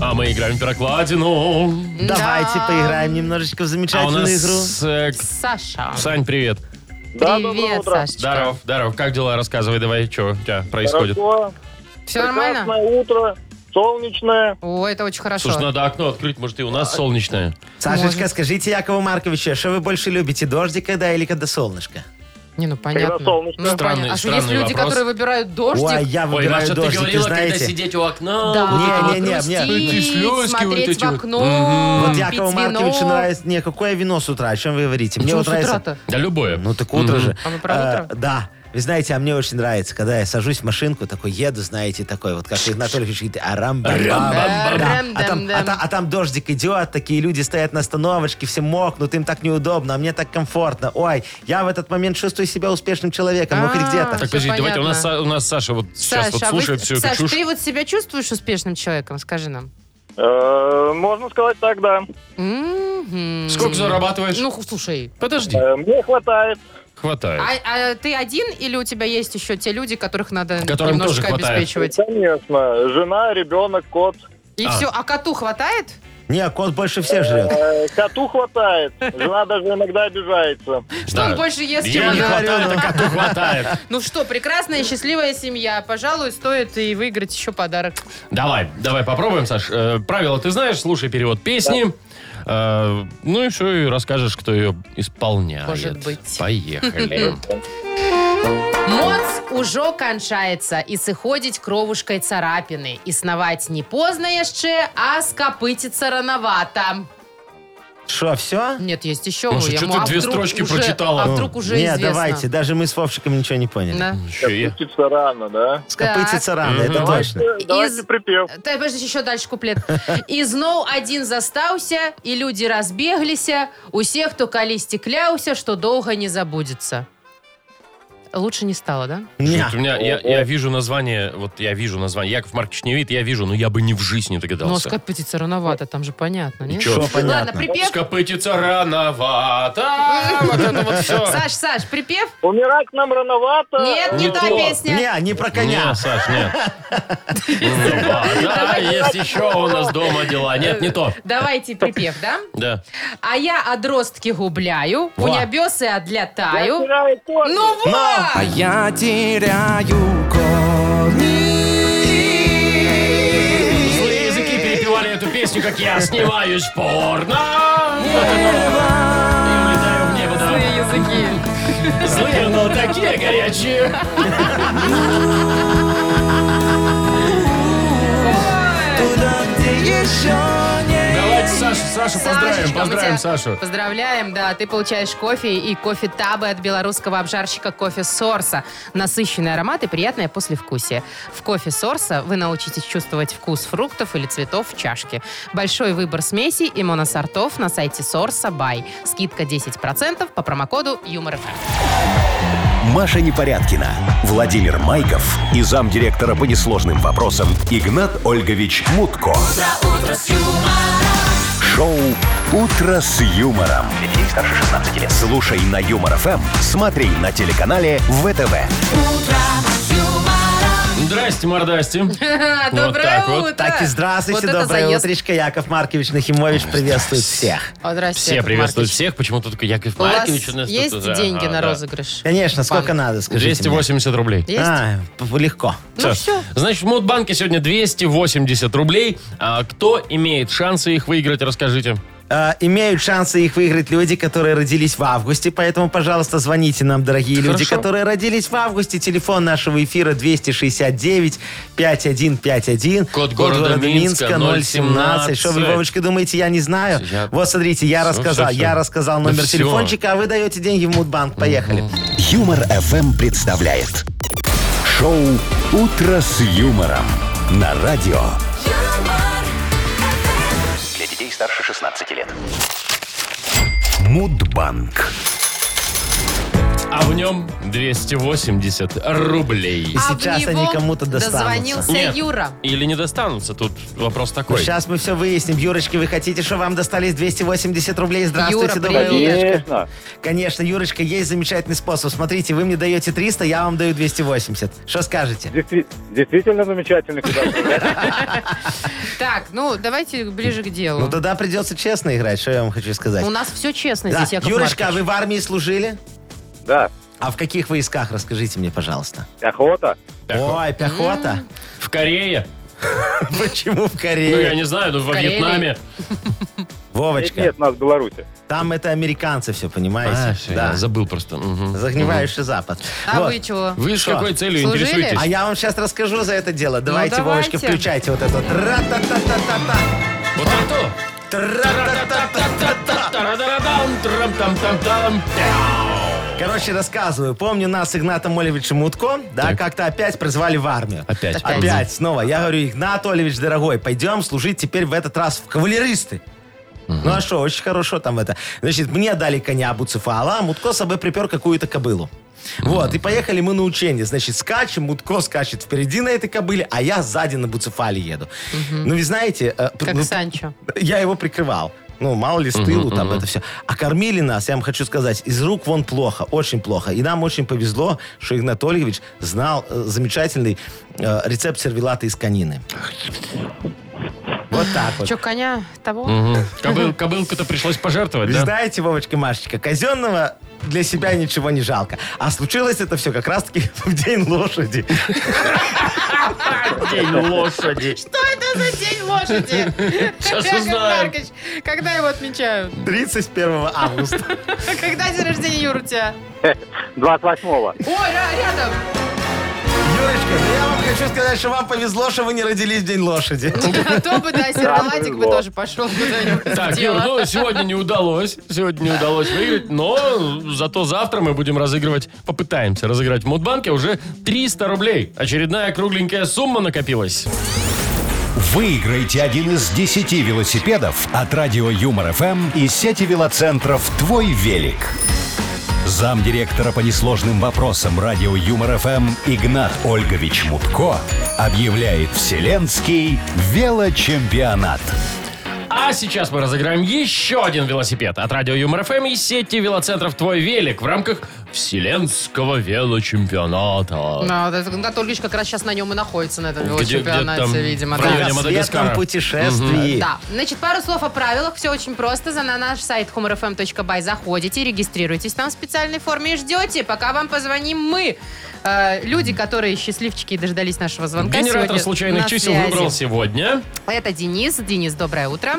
Speaker 2: А мы играем в перокладину.
Speaker 4: Давайте
Speaker 3: Да.
Speaker 4: поиграем немножечко в
Speaker 2: А у
Speaker 4: замечательную игру.
Speaker 2: нас... э, к-
Speaker 3: Саша.
Speaker 2: Сань, привет.
Speaker 5: Да, доброе
Speaker 3: Привет,
Speaker 5: утро.
Speaker 3: Сашечка.
Speaker 2: Здоров, здоров. Как дела? Рассказывай давай, что у тебя происходит.
Speaker 5: Хорошо.
Speaker 3: Все нормально?
Speaker 5: Прекрасное утро, солнечное.
Speaker 3: О, это очень хорошо.
Speaker 2: Слушай, надо окно открыть, может, и у
Speaker 3: А,
Speaker 2: нас солнечное.
Speaker 4: Сашечка,
Speaker 3: Может.
Speaker 4: скажите Якову Марковичу, что вы больше любите, дождик когда или когда солнышко?
Speaker 3: Не, ну понятно.
Speaker 5: Когда солнышко.
Speaker 3: Ну,
Speaker 2: Странный-
Speaker 3: понятно. А что
Speaker 2: странный
Speaker 3: есть люди,
Speaker 2: вопрос.
Speaker 3: которые выбирают
Speaker 4: Ой, а
Speaker 3: дождик?
Speaker 4: я
Speaker 2: Ой,
Speaker 4: выбираю
Speaker 2: что ты
Speaker 4: дождик, вы
Speaker 2: говорила, когда
Speaker 4: знаете.
Speaker 2: сидеть у окна?
Speaker 3: Да,
Speaker 4: Не, не, не,
Speaker 3: грустить,
Speaker 4: мне-
Speaker 2: Эти слезки вот
Speaker 3: смотреть
Speaker 2: эти
Speaker 3: в
Speaker 2: вот.
Speaker 3: окно,
Speaker 4: Вот
Speaker 3: пить
Speaker 4: Якову
Speaker 3: вино.
Speaker 4: Марковичу нравится... Не, какое вино с утра? О чем вы говорите?
Speaker 3: Чего
Speaker 4: вот
Speaker 3: с утра-то?
Speaker 2: Да любое.
Speaker 4: Ну так утро же.
Speaker 3: А мы про
Speaker 4: Э,
Speaker 3: утро?
Speaker 4: Да. Вы знаете, а мне очень нравится, когда я сажусь в машинку, такой еду, знаете, такой, вот как Анатолий говорит, арам бам
Speaker 3: Арам-бам-бам.
Speaker 4: А, там, а,
Speaker 3: Арам-дам-дам.
Speaker 4: та- а там дождик идет, такие люди стоят на остановочке, все мокнут, им так неудобно, а мне так комфортно. Ой, я в этот момент чувствую себя успешным человеком, ну хоть
Speaker 3: А,
Speaker 4: где-то.
Speaker 2: Так,
Speaker 3: всё
Speaker 2: подожди, давайте, у нас,
Speaker 3: понятно.
Speaker 2: Са- у нас Саша вот сейчас
Speaker 3: Саша,
Speaker 2: вот
Speaker 3: а вы-
Speaker 2: слушает всю эту
Speaker 3: Саш,
Speaker 2: чушь.
Speaker 3: ты вот себя чувствуешь успешным человеком, скажи нам.
Speaker 5: Э, Можно сказать так, да.
Speaker 3: Мгм.
Speaker 2: Сколько зарабатываешь?
Speaker 3: Ну, ху- слушай,
Speaker 2: Подожди,
Speaker 5: Э, Мне хватает.
Speaker 2: хватает.
Speaker 3: а, а ты один или у тебя есть еще те люди, которых надо
Speaker 2: Которым тоже
Speaker 3: немножко
Speaker 2: хватает.
Speaker 3: обеспечивать?
Speaker 5: Конечно. Жена, ребенок, кот.
Speaker 3: И
Speaker 2: А.
Speaker 3: все, а коту хватает?
Speaker 4: Не, кот больше всех жрет.
Speaker 5: Э, Коту хватает.
Speaker 3: *laughs*
Speaker 5: Жена даже иногда обижается.
Speaker 3: Что
Speaker 2: Да.
Speaker 3: он больше ест, чем
Speaker 2: Ему не
Speaker 3: она?
Speaker 2: хватает, а коту хватает.
Speaker 3: Ну что, прекрасная счастливая семья. Пожалуй, стоит и выиграть еще подарок.
Speaker 2: Давай, давай попробуем, Саш. Э, Правила ты знаешь, слушай перевод песни. Э, Ну и все, и расскажешь, кто ее исполняет.
Speaker 3: Может быть. *laughs*
Speaker 2: Поехали.
Speaker 3: Моц уже кончается, и сыходить кровушкой царапины. И сновать не поздно еще, а скопытиться рановато.
Speaker 4: Что, все?
Speaker 3: Нет, есть еще.
Speaker 2: Маша,
Speaker 3: Я
Speaker 2: чё
Speaker 3: ему-
Speaker 2: ты
Speaker 3: а
Speaker 2: две
Speaker 3: вдруг
Speaker 2: строчки
Speaker 3: уже-
Speaker 2: прочитала?
Speaker 3: А вдруг уже
Speaker 4: Ну, Не,
Speaker 3: известно?
Speaker 4: давайте, даже мы с Вовчиком ничего не поняли.
Speaker 3: Да.
Speaker 2: Еще я.
Speaker 5: Птица рано, да?
Speaker 4: Скопытится рано, это
Speaker 2: Мгм.
Speaker 4: точно.
Speaker 5: Э, Давайте
Speaker 3: Из-
Speaker 5: припев.
Speaker 3: Та, подожди, еще дальше куплет. Изноў один застаўся, и люди разбегліся, усе, хто калісьці кляўся, что долго не забудется. Лучше не стало, да?
Speaker 4: Не.
Speaker 2: Чё-то У меня, я, я вижу название, вот я вижу название. Яков Маркович не видит, я вижу, но я бы ни в жизни не
Speaker 3: Но
Speaker 2: догадался.
Speaker 3: скопытиться рановато, там же понятно, не?
Speaker 2: Чё?
Speaker 4: Что,
Speaker 3: Ладно,
Speaker 4: понятно.
Speaker 3: припев.
Speaker 2: Скопытиться рановато. Вот это вот все.
Speaker 3: Саш, Саш, припев?
Speaker 5: Умирать нам рановато.
Speaker 3: Нет, не,
Speaker 2: Не
Speaker 3: та
Speaker 2: то.
Speaker 3: песня.
Speaker 4: Не, не про
Speaker 2: Не,
Speaker 4: коня.
Speaker 2: Саш, нет. Ну, ладно, есть еще у нас дома дела. Нет, не то.
Speaker 3: Давайте припев, да?
Speaker 2: Да.
Speaker 3: А я отростки губляю,
Speaker 2: Во.
Speaker 3: у нябёсы
Speaker 5: Я
Speaker 3: отлятаю.
Speaker 5: теряю корни.
Speaker 3: Ну вот!
Speaker 7: А я теряю корни.
Speaker 2: Злые языки перепевали эту песню, как я снимаюсь в порно. Вот это. И улетаю в небо, да.
Speaker 3: Злые языки.
Speaker 2: Злые, но такие горячие.
Speaker 7: Туда, где еще не
Speaker 2: Давайте Сашу, Сашу поздравим.
Speaker 3: Сашечка, мы
Speaker 2: Поздравим
Speaker 3: тебя
Speaker 2: Сашу.
Speaker 3: Поздравляем, да. Ты получаешь кофе и кофе-табы от белорусского обжарщика кофе Сорса. Насыщенный аромат и приятное послевкусие. В кофе Сорса вы научитесь чувствовать вкус фруктов или цветов в чашке. Большой выбор смесей и моносортов на сайте Сорса Бай. Скидка 10% по промокоду ЮМОРФМ.
Speaker 1: Маша Непорядкина, Владимир Майков и замдиректора по несложным вопросам Игнат Ольгович Мутко. Шоу Утро с юмором.
Speaker 6: Для детей старше 16 лет.
Speaker 1: Слушай на юмор ФМ, смотри на телеканале ВТВ.
Speaker 2: Здрасте, мордасти.
Speaker 3: А, Доброе
Speaker 2: так вот.
Speaker 3: утро!
Speaker 4: Так и здравствуйте,
Speaker 3: Э, Вот это
Speaker 4: доброе
Speaker 3: заезд.
Speaker 4: утречко. Яков Маркович Нахимович приветствует всех.
Speaker 3: О, здрасте,
Speaker 2: Все
Speaker 3: Яков
Speaker 2: приветствуют
Speaker 3: Маркович.
Speaker 2: всех. Почему-то только Яков
Speaker 3: У вас
Speaker 2: Маркович у нас тут
Speaker 3: есть
Speaker 2: уже?
Speaker 3: деньги
Speaker 2: Ага,
Speaker 3: на
Speaker 2: да.
Speaker 3: розыгрыш?
Speaker 4: Конечно, сколько надо, скажите
Speaker 2: 280 рублей.
Speaker 4: мне.
Speaker 3: Есть?
Speaker 4: А, п- легко.
Speaker 3: Ну
Speaker 2: Всё.
Speaker 3: все.
Speaker 2: Значит, в Мудбанке сегодня 280 рублей. А кто имеет шансы их выиграть, расскажите.
Speaker 4: Э, имеют шансы их выиграть люди, которые родились в августе, поэтому, пожалуйста, звоните нам, дорогие люди,
Speaker 2: Хорошо.
Speaker 4: которые родились в августе. Телефон нашего эфира 269-5151.
Speaker 2: Код города Минска 017.
Speaker 4: Что вы, Вовочка, думаете, я не знаю?
Speaker 2: Я-
Speaker 4: Вот, смотрите, я
Speaker 2: Всё,
Speaker 4: рассказал.
Speaker 2: всё, всё.
Speaker 4: Я рассказал
Speaker 2: Да
Speaker 4: номер
Speaker 2: всё.
Speaker 4: телефончика, а вы даете деньги в Мудбанк. Поехали.
Speaker 1: Юмор ФМ представляет шоу Утро с юмором на радио.
Speaker 6: Для детей старше 16 лет.
Speaker 1: Мудбанк.
Speaker 2: А в нем 280 рублей.
Speaker 4: И
Speaker 3: А в
Speaker 4: сейчас они
Speaker 3: него
Speaker 4: кому-то достанутся.
Speaker 3: дозвонился
Speaker 2: Нет.
Speaker 3: Юра.
Speaker 2: Или не достанутся, тут вопрос такой.
Speaker 4: Сейчас мы все выясним. Юрочки, вы хотите, что вам достались 280 рублей? Здравствуйте,
Speaker 3: Юра,
Speaker 4: доброе
Speaker 3: привет.
Speaker 4: утречко. Конечно, Юрочка, есть замечательный способ. Смотрите, вы мне даете 300, я вам даю 280. Что скажете?
Speaker 8: Действи- Действительно замечательно, куда
Speaker 5: *laughs*
Speaker 8: отправлять.
Speaker 3: Так, ну давайте ближе к делу.
Speaker 4: Ну тогда придется честно играть, что я вам хочу сказать.
Speaker 3: У нас все честно
Speaker 4: Да.
Speaker 3: Ну, здесь, Яков
Speaker 4: Юрочка, а
Speaker 3: Маркович.
Speaker 4: вы в армии служили?
Speaker 8: Да,
Speaker 4: А в каких войсках, расскажите мне, пожалуйста.
Speaker 8: охота.
Speaker 2: Пехота.
Speaker 4: Ой, пехота?
Speaker 2: В Корее?
Speaker 4: *laughs* Почему в
Speaker 2: Ну, я
Speaker 4: Корее?
Speaker 2: не знаю, ну, во
Speaker 3: Корее.
Speaker 2: Вьетнаме.
Speaker 8: Нет,
Speaker 4: Вовочка,
Speaker 8: нет нас в Беларуси.
Speaker 4: там это американцы все,
Speaker 2: А,
Speaker 4: понимаете?
Speaker 2: всё,
Speaker 4: Да.
Speaker 2: я забыл просто. Мгм.
Speaker 4: Загнивающий запад.
Speaker 3: А
Speaker 4: Вот.
Speaker 3: вы чего?
Speaker 2: Вы с
Speaker 4: Что?
Speaker 2: какой целью
Speaker 3: Служили?
Speaker 2: интересуетесь?
Speaker 4: А я вам сейчас расскажу за это дело. Давайте,
Speaker 3: Ну, давайте.
Speaker 4: Вовочка, включайте вот это. вот. Тра-та-та-та-та-та.
Speaker 2: Вот это?
Speaker 4: Тра-та-та-та-та.
Speaker 2: Тарадарадам, трам-там-там-там.
Speaker 4: Короче, рассказываю. Помню, нас с Игнатом Олевичем Мутко, да, как-то опять призвали в армию.
Speaker 2: Опять.
Speaker 4: Опять, снова. Я говорю, Игнат Олевич, дорогой, пойдем служить теперь в этот раз в кавалеристы. Ну а что, очень хорошо там это. Значит, мне дали коня Буцефала, а Мутко с собой припер какую-то кобылу. Вот, и поехали мы на учение. Значит, скачем, Мутко скачет впереди на этой кобыле, а я сзади на Буцефале еду. Ну, вы знаете... э,
Speaker 3: Как
Speaker 4: ну,
Speaker 3: Санчо.
Speaker 4: я его прикрывал. Ну, мало ли, с тылу там это все. А кормили нас, я вам хочу сказать, из рук вон плохо, очень плохо. И нам очень повезло, что Игнатольевич знал э, замечательный э, рецепт сервелата из конины. Вот так вот.
Speaker 3: Че, коня того?
Speaker 2: Мгм. Кобыл- Кобылку-то пришлось пожертвовать,
Speaker 4: Вы
Speaker 2: да?
Speaker 4: знаете, Вовочка Машечка, казенного для себя ничего не жалко. А случилось это все как раз-таки *laughs* в день лошади.
Speaker 2: День лошади.
Speaker 3: Что это за день лошади?
Speaker 2: *laughs* Сейчас
Speaker 3: Яков
Speaker 2: узнаем.
Speaker 3: Маркович, когда его отмечают? *laughs*
Speaker 4: 31 августа.
Speaker 3: А Когда день рождения Юра у тебя?
Speaker 8: 28-го.
Speaker 3: О, ря- рядом.
Speaker 4: Юрочка, ну я вам хочу сказать, что вам повезло, что вы не родились в день лошади.
Speaker 3: А то бы, да, сервалатик бы
Speaker 8: повезло.
Speaker 3: тоже пошел куда-нибудь в
Speaker 2: Так, Юр,
Speaker 3: дело.
Speaker 2: ну сегодня не удалось. Сегодня не удалось выиграть, но зато завтра мы будем разыгрывать, попытаемся разыграть в Мудбанке уже 300 рублей. Очередная кругленькая сумма накопилась.
Speaker 1: Выиграйте один из 10 велосипедов от радио Юмор ФМ и сети велоцентров «Твой велик». Замдиректора по несложным вопросам радио Юмор ФМ Игнат Ольгович Мутко объявляет Вселенский велочемпионат.
Speaker 2: А сейчас мы разыграем еще один велосипед от радио Юмор ФМ и сети велоцентров «Твой велик» в рамках Вселенского велочемпионата.
Speaker 3: Ну, вот это Анатольевич как раз сейчас на нем и находится, на этом
Speaker 2: Где- где там
Speaker 3: велочемпионате, видимо.
Speaker 2: в
Speaker 3: да.
Speaker 2: районе Мадагаскара.
Speaker 4: светлом
Speaker 2: Э.
Speaker 4: путешествии.
Speaker 3: Да. Значит, пару слов о правилах. Все очень просто. За на наш сайт humorfm.by заходите, регистрируйтесь там в специальной форме и ждете, пока вам позвоним мы. Э, люди, которые счастливчики и дождались нашего звонка
Speaker 2: Генератор
Speaker 3: сегодня
Speaker 2: случайных
Speaker 3: на
Speaker 2: чисел
Speaker 3: связи.
Speaker 2: выбрал сегодня.
Speaker 3: Это Денис. Денис, доброе утро.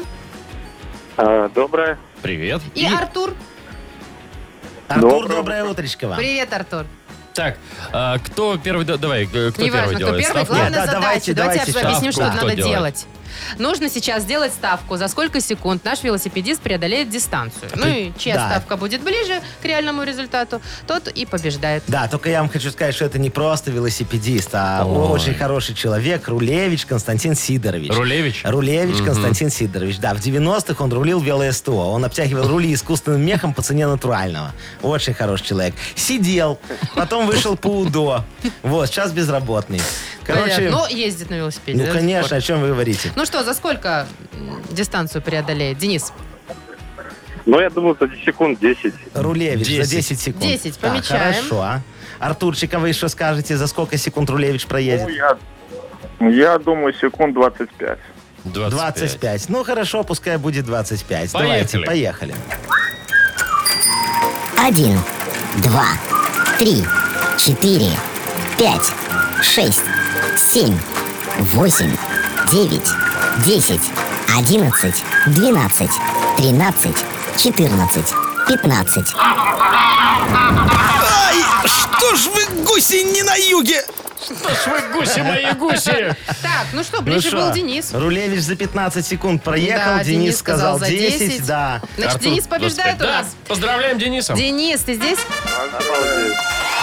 Speaker 8: А, Доброе.
Speaker 2: Привет.
Speaker 3: И, Артур.
Speaker 4: Артур,
Speaker 8: Доброе
Speaker 4: доброе утречко
Speaker 2: А.
Speaker 4: вам.
Speaker 3: Привет, Артур.
Speaker 2: Так, а, кто первый... да- Давай, э, кто
Speaker 3: Неважно,
Speaker 2: первый
Speaker 3: кто
Speaker 2: делает?
Speaker 3: первый.
Speaker 2: ставку?
Speaker 3: Главная
Speaker 4: Нет, да,
Speaker 3: задача.
Speaker 4: давайте,
Speaker 3: Давайте,
Speaker 4: давайте
Speaker 3: объясним, что
Speaker 2: ставку.
Speaker 3: надо
Speaker 2: Кто
Speaker 3: делать.
Speaker 2: делает?
Speaker 3: Нужно сейчас сделать ставку, за сколько секунд наш велосипедист преодолеет дистанцию. Ну и чья
Speaker 4: да.
Speaker 3: ставка будет ближе к реальному результату, тот и побеждает.
Speaker 4: Да, только я вам хочу сказать, что это не просто велосипедист, а
Speaker 2: Ой.
Speaker 4: очень хороший человек, Рулевич Константин Сидорович.
Speaker 2: Рулевич?
Speaker 4: Рулевич Константин Сидорович, да. В 90-х он рулил вело-СТО. Он обтягивал рули искусственным мехом по цене натурального. Очень хороший человек. Сидел, потом вышел по УДО. Вот, сейчас безработный. Короче,
Speaker 3: Понятно. Но ездит на велосипеде.
Speaker 4: ну,
Speaker 3: да, до сих
Speaker 4: конечно,
Speaker 3: пор.
Speaker 4: о чем вы говорите.
Speaker 3: Ну что, за сколько м, дистанцию преодолеет? Денис,
Speaker 8: Ну, я думаю, за секунд 10.
Speaker 4: Рулевич за 10 секунд.
Speaker 3: 10,
Speaker 4: Так,
Speaker 3: помечаем.
Speaker 4: хорошо. Артурчик, а вы что скажете, за сколько секунд Рулевич проедет?
Speaker 8: я, я думаю, секунд 25.
Speaker 4: 25. Ну хорошо, пускай будет 25. Давайте,
Speaker 2: Поехали.
Speaker 4: поехали.
Speaker 9: Один, два, три, четыре, пять, шесть, семь, восемь, девять, десять, одиннадцать, двенадцать, тринадцать, четырнадцать, пятнадцать.
Speaker 7: Что ж вы, гуси, не на юге?
Speaker 2: Что ж вы, гуси мои, гуси!
Speaker 3: так, ну что,
Speaker 4: Ну
Speaker 3: ближе
Speaker 4: шо,
Speaker 3: был Денис.
Speaker 4: Рулевич за 15 секунд проехал,
Speaker 3: Да,
Speaker 4: Денис, сказал 10, да.
Speaker 3: Значит,
Speaker 2: Артур,
Speaker 3: Денис
Speaker 2: 25.
Speaker 3: побеждает у
Speaker 2: Да,
Speaker 3: нас.
Speaker 2: Поздравляем Дениса.
Speaker 3: Денис, ты здесь?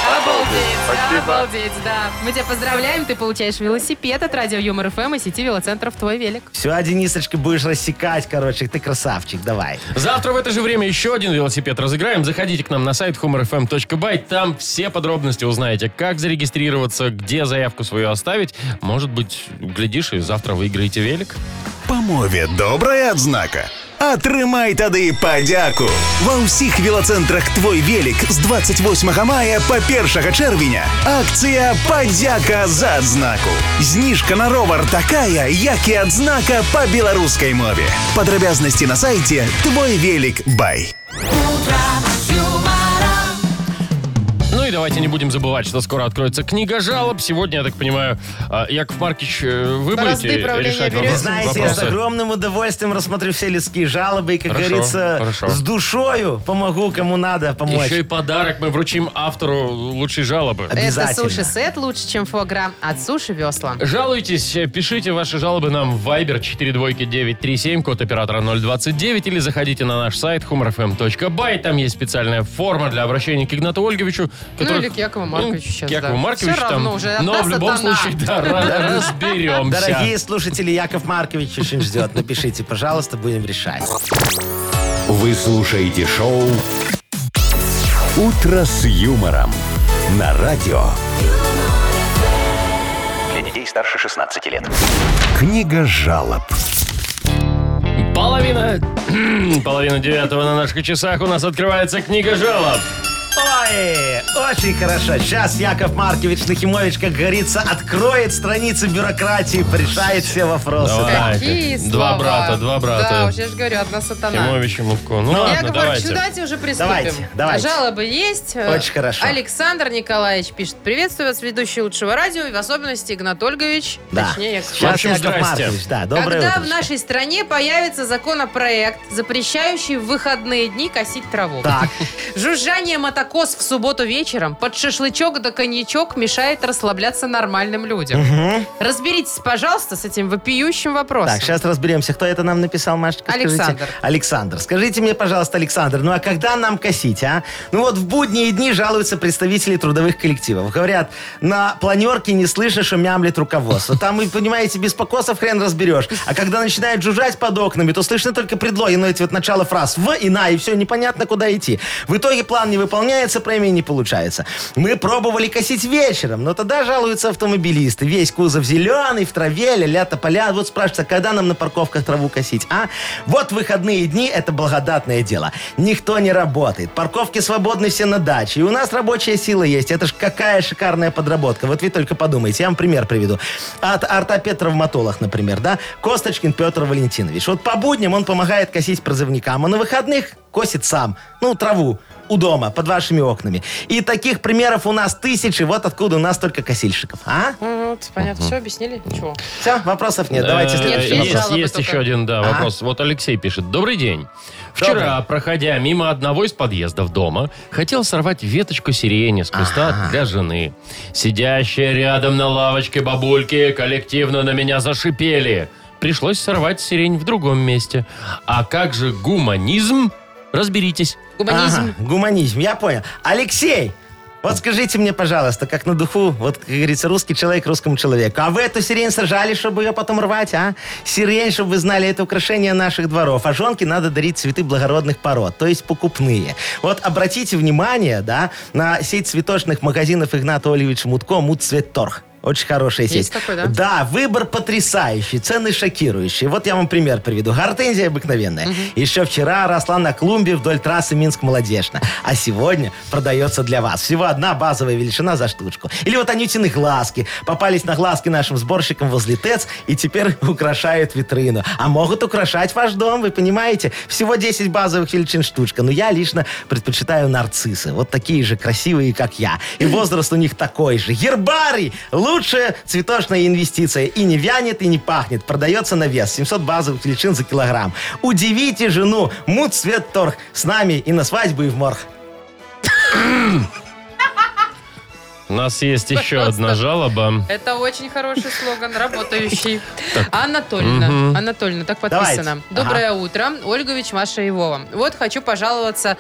Speaker 3: Обалдеть, обалдеть, да. Мы тебя поздравляем, ты получаешь велосипед от радио Юмор ФМ и сети велоцентров «Твой велик».
Speaker 4: Все, Денисочка, будешь рассекать, короче. Ты красавчик, давай.
Speaker 2: Завтра в это же время еще один велосипед разыграем. Заходите к нам на сайт humorfm.by. Там все подробности узнаете, как зарегистрироваться, где заявку свою оставить. Может быть, глядишь, и завтра выиграете велик.
Speaker 10: Памове добрая адзнака. Атрымай тады падзяку. Ва ўсіх велацэнтрах твой велик з 28 мая па 1 чэрвеня. Акцыя падзяка за адзнаку. Зніжка на ровар такая, як і адзнака па беларускай мове. Падрабязнасці на сайце твой велик бай.
Speaker 2: Ну и давайте не будем забывать, что скоро откроется книга жалоб. Сегодня, я так понимаю, а, Яков Маркич, э, вы
Speaker 3: Бразды
Speaker 2: будете
Speaker 3: правления
Speaker 2: решать
Speaker 3: берете?
Speaker 2: вопрос-
Speaker 4: Вы знаете, я с
Speaker 2: вопросы?
Speaker 4: огромным удовольствием рассмотрю все людские жалобы и, как
Speaker 2: Хорошо,
Speaker 4: говорится,
Speaker 2: хорошо.
Speaker 4: с душою помогу, кому надо помочь.
Speaker 2: Еще и подарок мы вручим автору лучшей жалобы.
Speaker 3: Это
Speaker 4: Обязательно.
Speaker 3: суши-сет лучше, чем фуагра от суши-весла.
Speaker 2: Жалуйтесь, э, пишите ваши жалобы нам в Viber 42937, код оператора 029, или заходите на наш сайт humorfm.by. Там есть специальная форма для обращения к Игнату Ольговичу. который-
Speaker 3: Ну, или к Якову Марковичу
Speaker 2: Ну,
Speaker 3: сейчас,
Speaker 2: к Якову
Speaker 3: да.
Speaker 2: Марковичу
Speaker 3: Всё
Speaker 2: там.
Speaker 3: равно уже,
Speaker 2: но в
Speaker 3: отдастся
Speaker 2: любом
Speaker 3: она.
Speaker 2: случае, да, ра- разберемся.
Speaker 4: Дорогие слушатели, Яков Маркович очень ждет. Напишите, пожалуйста, будем решать.
Speaker 1: Вы слушаете шоу «Утро с юмором» на радио.
Speaker 6: Для детей старше 16 лет.
Speaker 1: Книга жалоб.
Speaker 2: Половина, половина *clears throat* девятого на наших часах у нас открывается книга жалоб.
Speaker 4: Ой, очень хорошо. Сейчас Яков Маркович Нахимович, как говорится, откроет страницы бюрократии, решает все вопросы.
Speaker 2: Давай.
Speaker 4: Да.
Speaker 2: Знаете,
Speaker 3: Какие
Speaker 2: два
Speaker 3: слова.
Speaker 2: брата, два брата.
Speaker 3: Да, уже ж говорю, одна сатана.
Speaker 2: Тимович и Мутко. Ну ладно,
Speaker 3: Яков Маркович,
Speaker 2: давайте.
Speaker 3: ну давайте уже приступим.
Speaker 4: Давайте, давайте.
Speaker 3: Жалобы есть.
Speaker 4: Очень хорошо.
Speaker 3: Александр Николаевич пишет. Приветствую вас, ведущий лучшего радио, и в особенности Игнат Ольгович.
Speaker 4: Да.
Speaker 3: Точнее, Яков
Speaker 2: В
Speaker 4: Сейчас
Speaker 2: общем,
Speaker 4: Яков
Speaker 2: здрасте.
Speaker 4: Маркович, да, доброе
Speaker 3: Когда в
Speaker 4: утречко.
Speaker 3: нашей стране появится законопроект, запрещающий в выходные дни косить траву?
Speaker 4: Так,
Speaker 3: *laughs* Жужжание мотокос в субботу вечером под шашлычок да коньячок мешает расслабляться нормальным людям. Разберитесь, пожалуйста, с этим вопиющим вопросом.
Speaker 4: так, сейчас разберемся, кто это нам написал, Машечка, скажите?
Speaker 3: Александр.
Speaker 4: Александр, скажите мне, пожалуйста, Александр, ну а когда нам косить, а? Ну вот в будние дни жалуются представители трудовых коллективов. Говорят, на планерке не слышно, что мямлит руководство. Там, вы понимаете, без покосов хрен разберешь. А когда начинает жужжать под окнами, то слышно только предлоги, ну эти вот начало фраз «в» и «на», и все, непонятно, куда идти. В итоге план не выполняется, премии не получается. Мы пробовали косить вечером, но тогда жалуются автомобилисты. Весь кузов зеленый, в траве, ля-ля, тополя. Вот спрашивается, когда нам на парковках траву косить, а? Вот выходные дни – это благодатное дело. Никто не работает. Парковки свободны все на даче. И у нас рабочая сила есть. Это ж какая шикарная подработка. Вот вы только подумайте. Я вам пример приведу. От ортопед-травматолог, например, да? Косточкин Петр Валентинович. Вот по будням он помогает косить прозывникам, а на выходных косит сам. Ну, траву у дома, под вашими окнами. И таких примеров у нас тысячи. Вот откуда у нас только косильщиков. А?
Speaker 3: Ну, вот, понятно, все объяснили? Чего?
Speaker 4: Все, вопросов нет. Давайте
Speaker 2: Э,
Speaker 3: Нет,
Speaker 4: следующий
Speaker 2: есть,
Speaker 4: вопрос.
Speaker 3: жалобы
Speaker 2: есть
Speaker 3: только.
Speaker 2: еще один да,
Speaker 4: Ага.
Speaker 2: вопрос. Вот Алексей пишет. Добрый день. Вчера, проходя мимо одного из подъездов дома, хотел сорвать веточку сирени с куста для жены. Сидящие рядом на лавочке бабульки коллективно на меня зашипели. Пришлось сорвать сирень в другом месте. А как же гуманизм? Разберитесь.
Speaker 3: Гуманизм.
Speaker 4: Ага, гуманизм, я понял. Алексей, вот скажите мне, пожалуйста, как на духу, вот, как говорится, русский человек русскому человеку. А вы эту сирень сажали, чтобы ее потом рвать, а? Сирень, чтобы вы знали, это украшение наших дворов. А женке надо дарить цветы благородных пород, то есть покупные. Вот обратите внимание, да, на сеть цветочных магазинов Игната Ольевича Мутко «Мудцветторг». Очень хорошая сеть.
Speaker 3: Есть такой, да?
Speaker 4: Да, выбор потрясающий, цены шокирующие. Вот я вам пример приведу. Гортензия обыкновенная. Еще вчера росла на клумбе вдоль трассы Минск-Молодежна. А сегодня продается для вас. Всего одна базовая величина за штучку. Или вот анютины глазки. Попались на глазки нашим сборщикам возле ТЭЦ и теперь украшают витрину. А могут украшать ваш дом, вы понимаете? Всего 10 базовых величин штучка. Но я лично предпочитаю нарциссы. Вот такие же красивые, как я. И возраст у них такой же. Гербарий! Лучшая цветочная инвестиция. И не вянет, и не пахнет. Продается на вес. 700 базовых величин за килограмм. Удивите жену. Муд цвет торг. С нами и на свадьбу, и в морг.
Speaker 2: У нас есть еще
Speaker 3: *laughs*
Speaker 2: одна жалоба.
Speaker 3: Это очень хороший слоган, работающий. Анатольевна,
Speaker 2: Мгм.
Speaker 3: Анатольевна, так
Speaker 2: Давайте.
Speaker 3: подписано. Доброе утро, Ольгович, Маша и Вова. Вот хочу пожаловаться.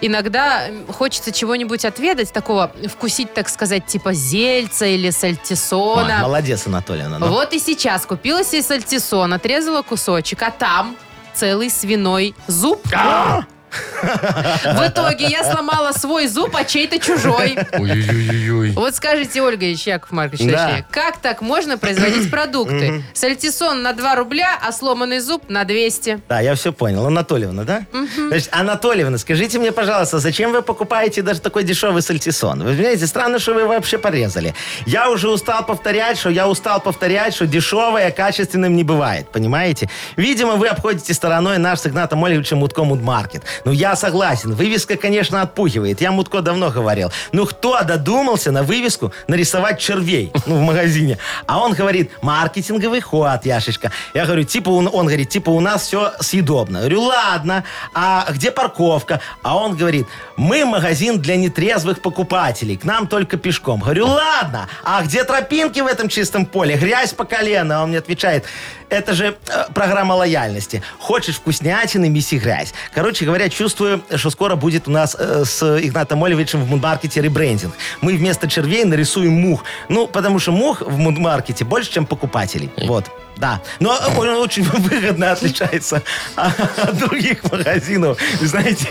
Speaker 3: Иногда м, хочется чего-нибудь отведать, такого вкусить, так сказать, типа зельца или сальтисона.
Speaker 4: Ма- Молодец, Анатольевна. ну.
Speaker 3: Вот и сейчас купила себе сальтисон, отрезала кусочек, а там целый свиной зуб.
Speaker 2: А!
Speaker 3: В итоге я сломала свой зуб, а чей-то чужой.
Speaker 2: Ой-ой-ой-ой.
Speaker 3: Вот скажите, Ольга Ильич, Яков Маркович,
Speaker 2: Да.
Speaker 3: точнее, как так можно
Speaker 4: *clears throat*
Speaker 3: производить продукты? Сальтисон на 2 рубля, а сломанный зуб на 200.
Speaker 4: Да, я все понял. Анатольевна, да? Значит, Анатольевна, скажите мне, пожалуйста, зачем вы покупаете даже такой дешевый сальтисон? Вы понимаете, странно, что вы его вообще порезали. Я уже устал повторять, что я устал повторять, что дешевое качественным не бывает, понимаете? Видимо, вы обходите стороной наш с Игнатом Ольговичем Мутко Мудмаркет. Ну, я согласен, вывеска, конечно, отпугивает. Я Мутко давно говорил. Ну, кто додумался на вывеску нарисовать червей ну, в магазине? А он говорит, маркетинговый ход, Яшечка. Я говорю, типа, он, он говорит, типа, у нас все съедобно. Я говорю, ладно, а где парковка? А он говорит, мы магазин для нетрезвых покупателей, к нам только пешком. Говорю, ладно, а где тропинки в этом чистом поле? Грязь по колено. Он мне отвечает, это же э, программа лояльности. Хочешь вкуснятины, меси грязь. Короче говоря, чувствую, что скоро будет у нас э, с Игнатом Олевичем в Мудмаркете ребрендинг. Мы вместо червей нарисуем мух. Ну, потому что мух в Мудмаркете больше, чем покупателей. Вот. Да. Но он очень *laughs* выгодно отличается от других магазинов. Вы знаете...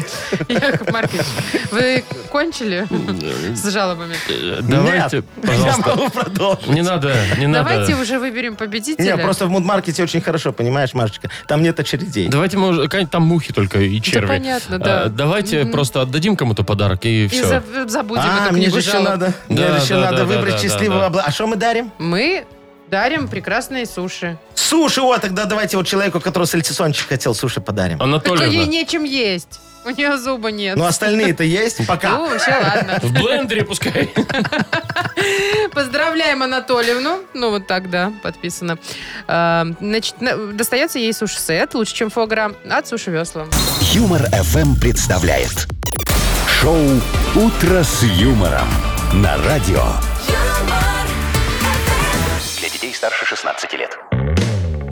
Speaker 3: Яков Маркович, вы кончили с жалобами?
Speaker 2: Э, Давайте,
Speaker 4: Нет, Я
Speaker 2: пожалуйста.
Speaker 4: могу продолжить.
Speaker 2: Не надо, не надо.
Speaker 3: Давайте уже выберем
Speaker 4: Не,
Speaker 3: победителя.
Speaker 4: просто в мудмаркете очень хорошо, понимаешь, Машечка? Там нет очередей.
Speaker 2: Давайте мы уже, конечно, там мухи только и черви.
Speaker 3: понятно, да.
Speaker 2: А, Давайте просто отдадим кому-то подарок и
Speaker 3: И
Speaker 2: все.
Speaker 3: за- забудем
Speaker 4: А,
Speaker 3: эту
Speaker 4: мне
Speaker 3: книгу
Speaker 4: же еще
Speaker 3: жалоб.
Speaker 4: надо,
Speaker 2: Да,
Speaker 4: мне же еще
Speaker 2: да, да, да,
Speaker 4: надо
Speaker 2: да,
Speaker 4: выбрать счастливого
Speaker 2: да.
Speaker 4: обла... А что мы дарим?
Speaker 3: Мы дарим прекрасные суши.
Speaker 4: Суши, о, тогда давайте вот человеку, который сальтисончик хотел, суши подарим.
Speaker 3: Только ей
Speaker 2: Анатольевна,
Speaker 3: нечем есть. У нее зуба нет.
Speaker 4: Ну, остальные-то есть?
Speaker 3: Ну,
Speaker 4: Пока.
Speaker 3: вообще ладно.
Speaker 2: в блендере пускай. *laughs*
Speaker 3: Поздравляем Анатольевну. Ну, вот так, да, подписано. А, Значит, на- достается ей суши-сет, лучше, чем фогра, от суши-весла.
Speaker 1: Юмор FM представляет шоу Утро с юмором на радио.
Speaker 6: Для детей старше 16 лет.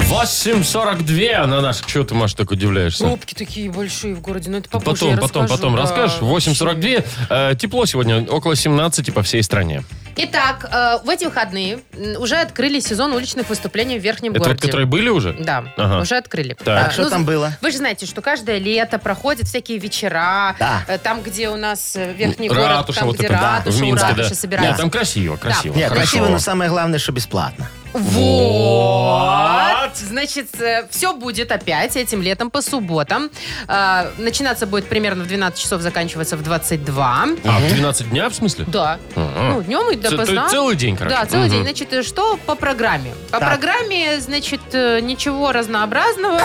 Speaker 2: 8.42 а на наших. Чего ты, Маша, так удивляешься?
Speaker 3: Трубки такие большие в городе. Ну, это попозже
Speaker 2: Потом,
Speaker 3: Ну, я
Speaker 2: потом,
Speaker 3: расскажу,
Speaker 2: потом
Speaker 3: да,
Speaker 2: расскажешь.
Speaker 3: вообще.
Speaker 2: 8.42. Э, Тепло сегодня около 17 по всей стране.
Speaker 3: Итак, э, в эти выходные м, уже открыли сезон уличных выступлений в Верхнем
Speaker 2: Это вот,
Speaker 3: городе.
Speaker 2: которые были уже?
Speaker 3: Да,
Speaker 2: Ага.
Speaker 3: уже открыли.
Speaker 2: Так.
Speaker 3: А,
Speaker 4: Что
Speaker 3: ну,
Speaker 4: там было?
Speaker 3: Вы же знаете, что каждое лето проходят всякие вечера,
Speaker 4: Да.
Speaker 3: э, там, где у нас э, верхний город,
Speaker 2: Ратуша
Speaker 3: там,
Speaker 2: вот
Speaker 3: где
Speaker 2: это, да,
Speaker 3: ратуша,
Speaker 2: в
Speaker 3: у
Speaker 2: Минске,
Speaker 3: ратуши
Speaker 2: да.
Speaker 3: собираются.
Speaker 2: Нет, там красиво, красиво.
Speaker 4: Нет,
Speaker 2: хорошо.
Speaker 4: красиво, но самое главное, что бесплатно.
Speaker 3: Вот. Значит, все будет опять этим летом по субботам. Э, Начинаться будет примерно в 12 часов, заканчиваться в 22.
Speaker 2: А, в 12 дня, в смысле?
Speaker 3: Да.
Speaker 2: Ага.
Speaker 3: Ну, днем и
Speaker 2: Ц- то
Speaker 3: допоздна.
Speaker 2: есть целый день, короче.
Speaker 3: Да, целый
Speaker 2: Мгм.
Speaker 3: день. Значит, э, что по программе? По
Speaker 4: Так.
Speaker 3: программе, значит, э, ничего разнообразного.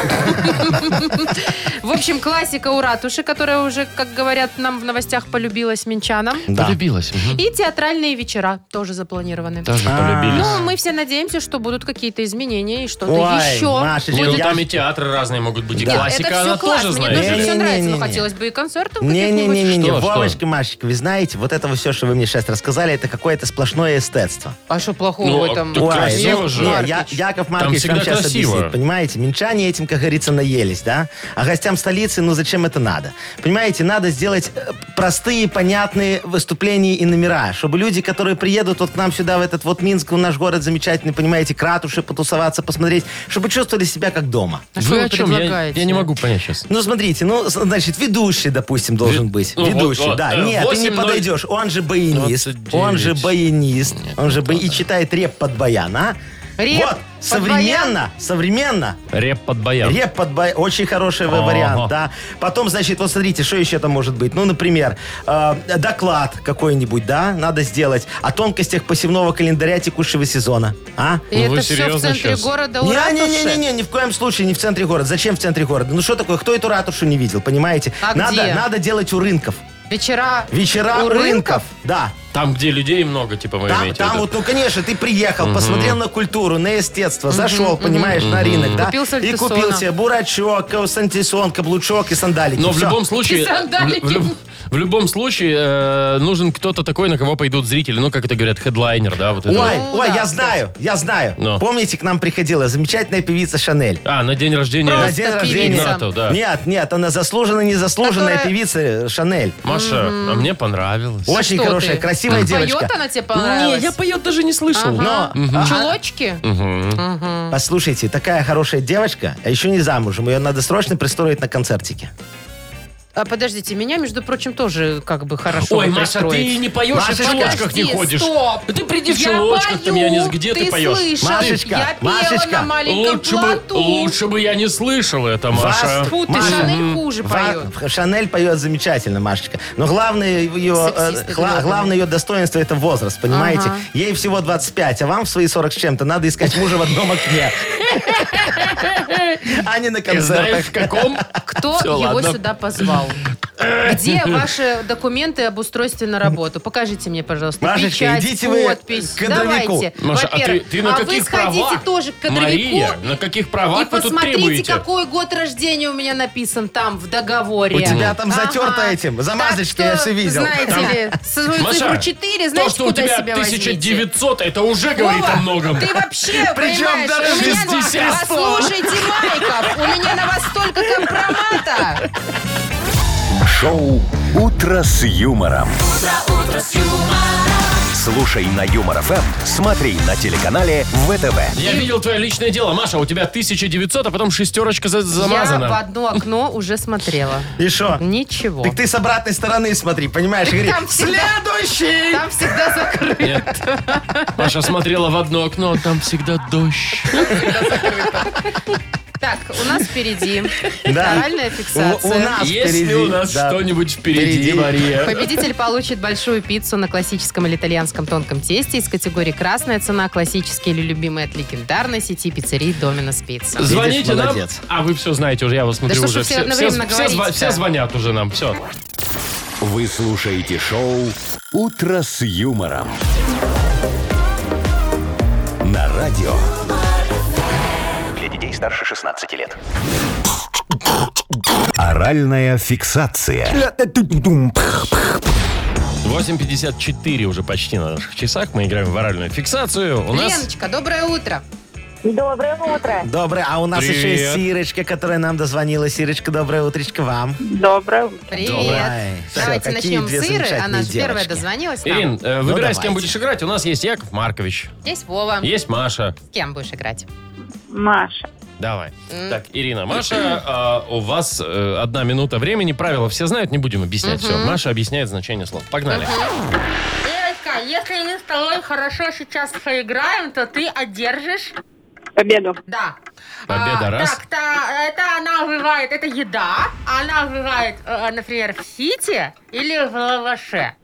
Speaker 3: В общем, классика у ратуши, которая уже, как говорят, нам в новостях полюбилась минчанам.
Speaker 4: Да.
Speaker 2: Полюбилась. мгм.
Speaker 3: И театральные вечера тоже запланированы.
Speaker 2: Даже
Speaker 4: А.
Speaker 2: полюбились.
Speaker 3: Ну, мы все надеемся, что будут какие-то изменения и что-то
Speaker 4: Ой,
Speaker 3: еще.
Speaker 4: Машечка,
Speaker 2: Не, ну
Speaker 4: я-
Speaker 2: там и театры разные могут быть, и
Speaker 4: Да.
Speaker 2: классика,
Speaker 3: это все
Speaker 2: она
Speaker 3: класс,
Speaker 2: тоже
Speaker 3: мне
Speaker 2: знает.
Speaker 3: тоже все
Speaker 4: Не-не-не-не.
Speaker 3: нравится, но хотелось бы и концертов каких-нибудь.
Speaker 4: Не-не-не-не,
Speaker 2: Что, что?
Speaker 4: Вовочка, Машечка, вы знаете, вот этого все, что вы мне сейчас рассказали, это какое-то сплошное эстетство.
Speaker 3: А что плохого
Speaker 2: Ну,
Speaker 3: в
Speaker 2: а
Speaker 3: этом?
Speaker 2: ты
Speaker 4: Ой,
Speaker 2: красиво
Speaker 4: ну,
Speaker 2: же.
Speaker 4: не,
Speaker 2: Маркич.
Speaker 4: я- Яков Маркович
Speaker 2: всегда
Speaker 4: вам сейчас
Speaker 2: красиво.
Speaker 4: объяснит, понимаете? Минчане этим, как говорится, наелись, да? А гостям столицы, ну зачем это надо? Понимаете, надо сделать э, простые, понятные выступления и номера, чтобы люди, которые приедут вот к нам сюда, в этот вот Минск, в наш город замечательный, понимаете, кратуши, потусоваться, посмотреть, чтобы чувствовали себя как дома.
Speaker 3: А что
Speaker 2: Вы
Speaker 3: вы
Speaker 2: о чем? Я,
Speaker 3: предлагаете?
Speaker 2: я не могу понять сейчас.
Speaker 4: Ну, смотрите, ну, с- значит, ведущий, допустим, должен
Speaker 2: Ви-
Speaker 4: быть.
Speaker 2: ну, вот,
Speaker 4: ведущий,
Speaker 2: вот,
Speaker 4: да.
Speaker 2: э,
Speaker 4: Нет, ты не
Speaker 2: 8-0.
Speaker 4: подойдешь. Он же баянист.
Speaker 2: 29.
Speaker 4: Он же баянист. он
Speaker 2: ну,
Speaker 4: же ба- и читает реп под баян, а?
Speaker 3: Реп
Speaker 4: вот,
Speaker 3: под
Speaker 4: современно, современно.
Speaker 2: Реп под баян.
Speaker 4: Реп под баян. Очень хороший
Speaker 2: Ага.
Speaker 4: вариант, да. Потом, значит, вот смотрите, что еще там может быть. Ну, например, э, доклад какой-нибудь, да, надо сделать о тонкостях посевного календаря текущего сезона. А?
Speaker 3: И
Speaker 2: Ну, вы
Speaker 3: это все в
Speaker 2: серьезно
Speaker 3: центре
Speaker 2: щас?
Speaker 3: города у ратуши?
Speaker 4: Не-не-не, ни в коем случае не в центре города. Зачем в центре города? Ну что такое, кто эту ратушу не видел, понимаете?
Speaker 3: А
Speaker 4: надо,
Speaker 3: где?
Speaker 4: надо делать у рынков.
Speaker 3: Вечера.
Speaker 4: Вечера
Speaker 3: У
Speaker 4: у
Speaker 3: рынков?
Speaker 4: рынков. Да.
Speaker 2: Там, где людей много, типа, вы
Speaker 4: Там,
Speaker 2: имеете в
Speaker 4: там
Speaker 2: виду?
Speaker 4: вот, ну, конечно, ты приехал, посмотрел на культуру, на естество, зашел, понимаешь, на рынок, да?
Speaker 3: Купил
Speaker 4: и
Speaker 3: сальтисона.
Speaker 4: купил себе бурачок, сантисон, каблучок и сандалики.
Speaker 2: Но в
Speaker 4: Всё.
Speaker 2: любом случае...
Speaker 3: И сандалики.
Speaker 2: В, люб- в любом случае э, нужен кто-то такой, на кого пойдут зрители. Ну, как это говорят, хедлайнер, да? Вот это
Speaker 4: Ой,
Speaker 2: вот.
Speaker 4: ой,
Speaker 3: Ну да,
Speaker 4: я знаю, я знаю.
Speaker 2: Ну.
Speaker 4: Помните, к нам приходила замечательная певица Шанель.
Speaker 2: А, на день рождения...
Speaker 4: На день рождения.
Speaker 2: Игнатов, да.
Speaker 4: Нет, нет, она заслуженная, незаслуженная
Speaker 3: Которая-
Speaker 4: певица Шанель.
Speaker 2: Маша, а мне понравилось.
Speaker 4: Очень
Speaker 3: Что
Speaker 4: хорошая,
Speaker 3: ты?
Speaker 4: красивая девочка.
Speaker 3: Поет она тебе понравилась?
Speaker 2: Не, я поет даже не слышал.
Speaker 4: Но А,
Speaker 3: Ага. Чулочки?
Speaker 4: послушайте, такая хорошая девочка, а еще не замужем, ее надо срочно пристроить на концертике.
Speaker 3: А, подождите, меня, между прочим, тоже как бы хорошо
Speaker 2: Ой,
Speaker 3: вот
Speaker 2: Маша,
Speaker 3: пристроить.
Speaker 2: ты не поешь, и в
Speaker 4: Машечка,
Speaker 2: чулочках не
Speaker 3: Подожди,
Speaker 2: ходишь.
Speaker 3: стоп.
Speaker 2: Ты приди в
Speaker 3: Я
Speaker 2: чулочках, там, я не
Speaker 3: пою,
Speaker 2: знаю, где ты, поешь.
Speaker 3: слышал?
Speaker 4: Машечка,
Speaker 3: я пела
Speaker 4: Машечка,
Speaker 3: на маленьком
Speaker 2: Лучше бы,
Speaker 3: плоту.
Speaker 2: лучше бы я не слышал это, Маша.
Speaker 4: Вас-
Speaker 3: Фу, ты
Speaker 4: Маша,
Speaker 3: Шанель хуже
Speaker 2: *laughs*
Speaker 4: Ва-
Speaker 3: поет.
Speaker 4: Шанель поет замечательно, Машечка. Но главное ее, э,
Speaker 3: Сексисты
Speaker 4: гла-
Speaker 3: грёбаные.
Speaker 4: главное ее достоинство это возраст, понимаете? Ей всего 25, а вам в свои 40 с чем-то надо искать мужа в
Speaker 3: *laughs*
Speaker 4: одном окне. А не на
Speaker 2: Ты знаешь,
Speaker 4: концертах.
Speaker 2: в каком?
Speaker 3: Кто
Speaker 2: Всё,
Speaker 3: его
Speaker 2: ладно. *laughs*
Speaker 3: сюда позвал? Где ваши документы об устройстве на работу? Покажите мне, пожалуйста,
Speaker 4: Машечка,
Speaker 3: печать,
Speaker 4: идите вы
Speaker 3: подпись.
Speaker 4: к кадровику.
Speaker 3: Давайте.
Speaker 2: Маша, а ты,
Speaker 3: Во-первых,
Speaker 2: ты на
Speaker 3: а
Speaker 2: каких
Speaker 3: вы сходите
Speaker 2: правах?
Speaker 3: тоже к кадровику
Speaker 2: Мария, на каких
Speaker 3: и
Speaker 2: правах вы тут
Speaker 3: посмотрите,
Speaker 2: требуете?
Speaker 3: какой год рождения у меня написан там в договоре.
Speaker 4: У тебя там
Speaker 3: Ага.
Speaker 4: затерто этим, замазочкой, я
Speaker 3: Так что,
Speaker 4: все видел.
Speaker 3: Знаете ли, свою
Speaker 2: Маша,
Speaker 3: цифру 4, знаете,
Speaker 2: То, что у
Speaker 3: куда
Speaker 2: тебя
Speaker 3: себя возьмите?
Speaker 2: 1900, это уже говорит
Speaker 3: Вова,
Speaker 2: о многом.
Speaker 3: Ты
Speaker 4: *laughs*
Speaker 3: вообще,
Speaker 4: Причем
Speaker 3: понимаешь,
Speaker 4: даже
Speaker 3: у меня-
Speaker 2: 60.
Speaker 3: Послушайте, Майков, у меня на вас столько компромата.
Speaker 1: Шоу «Утро с юмором». Слушай на Юмор ФМ, смотри на телеканале ВТВ.
Speaker 2: Я видел твое личное дело, Маша, у тебя 1900, а потом шестерочка за-
Speaker 3: Я в
Speaker 2: замазана.
Speaker 3: одно окно уже смотрела.
Speaker 4: И шо?
Speaker 3: Ничего.
Speaker 4: Так ты с обратной стороны смотри, понимаешь?
Speaker 3: Так
Speaker 4: Говори,
Speaker 3: там всегда-
Speaker 4: следующий!
Speaker 3: Там всегда закрыто.
Speaker 2: Нет. Маша смотрела в одно окно, а там всегда дождь.
Speaker 3: Так, у нас впереди
Speaker 4: Да.
Speaker 3: оральная
Speaker 4: У, у
Speaker 3: фиксация.
Speaker 4: нас
Speaker 2: Есть ли
Speaker 4: впереди,
Speaker 2: у нас
Speaker 4: да.
Speaker 2: что-нибудь впереди,
Speaker 4: Впереди.
Speaker 2: Мария?
Speaker 4: *laughs*
Speaker 3: Победитель получит большую пиццу на классическом или итальянском тонком тесте из категории «Красная цена», «Классические» или «Любимые» от легендарной сети пиццерий «Доминос Пицца».
Speaker 4: Видишь,
Speaker 2: Звоните нам.
Speaker 4: молодец.
Speaker 2: А вы все знаете уже, я вас смотрю
Speaker 3: что ж
Speaker 2: уже.
Speaker 3: вы все одновременно
Speaker 2: все зва-
Speaker 3: говорите-то?
Speaker 2: все звонят уже нам, все.
Speaker 1: Вы слушаете шоу «Утро с юмором». На радио
Speaker 6: Для детей старше 16 лет.
Speaker 1: «Оральная фиксация».
Speaker 2: 8.54 уже почти на наших часах. Мы играем в оральную фиксацию. У нас...
Speaker 3: Леночка, доброе утро.
Speaker 11: Доброе утро.
Speaker 4: Доброе, а у нас еще
Speaker 2: Привет.
Speaker 4: есть Сирочка, которая нам дозвонила. Сирочка, доброе утречко вам.
Speaker 11: Доброе утро.
Speaker 3: Привет.
Speaker 4: Доброе. Всё,
Speaker 3: Давайте
Speaker 4: какие
Speaker 3: начнем
Speaker 4: две
Speaker 3: с Иры.
Speaker 4: замечательные
Speaker 3: Она же первая
Speaker 4: девочки.
Speaker 3: дозвонилась к нам.
Speaker 2: Ирин, э, выбирай, с кем
Speaker 4: Ну, давайте.
Speaker 2: будешь играть. У нас есть Яков Маркович,
Speaker 3: Здесь Вова.
Speaker 2: есть Маша.
Speaker 3: С кем будешь играть?
Speaker 11: Маша.
Speaker 2: Давай. Так, Ирина, Маша, э, у вас э, одна минута времени. Правила все знают, не будем объяснять. Все, Маша объясняет значение слов. Погнали.
Speaker 12: Ирочка, если мы с тобой хорошо сейчас поиграем, то ты одержишь.
Speaker 11: Победу.
Speaker 12: Да.
Speaker 2: Победа,
Speaker 12: А,
Speaker 2: раз.
Speaker 12: Так, та- это она бывает, это еда. Она бывает, э, например, в сите или в лаваше.